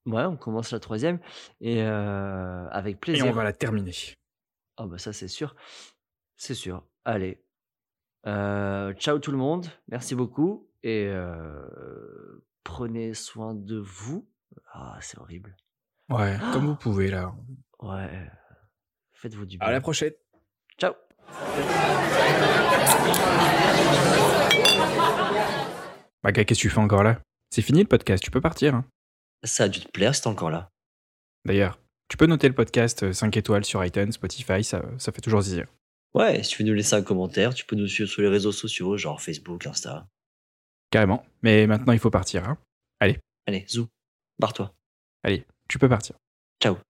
Speaker 4: Ouais, on commence la troisième. Et euh, avec
Speaker 3: et
Speaker 4: plaisir.
Speaker 3: on va la terminer.
Speaker 4: Ah bah ça c'est sûr. C'est sûr. Allez. Euh, ciao tout le monde. Merci beaucoup. Et euh, prenez soin de vous. Ah, c'est horrible.
Speaker 3: Ouais, comme vous pouvez, là.
Speaker 4: Ouais. Faites-vous du bien.
Speaker 3: À la prochaine.
Speaker 4: ciao.
Speaker 3: Bah, gars, qu'est-ce que tu fais encore là C'est fini le podcast, tu peux partir. hein.
Speaker 4: Ça a dû te plaire, c'est encore là.
Speaker 3: D'ailleurs, tu peux noter le podcast 5 étoiles sur iTunes, Spotify, ça, ça fait toujours zizir.
Speaker 4: Ouais, si tu veux nous laisser un commentaire, tu peux nous suivre sur les réseaux sociaux, genre Facebook, Insta.
Speaker 3: Carrément. Mais maintenant, il faut partir. hein.
Speaker 4: Allez, zou, barre-toi.
Speaker 3: Tu peux partir.
Speaker 4: Ciao.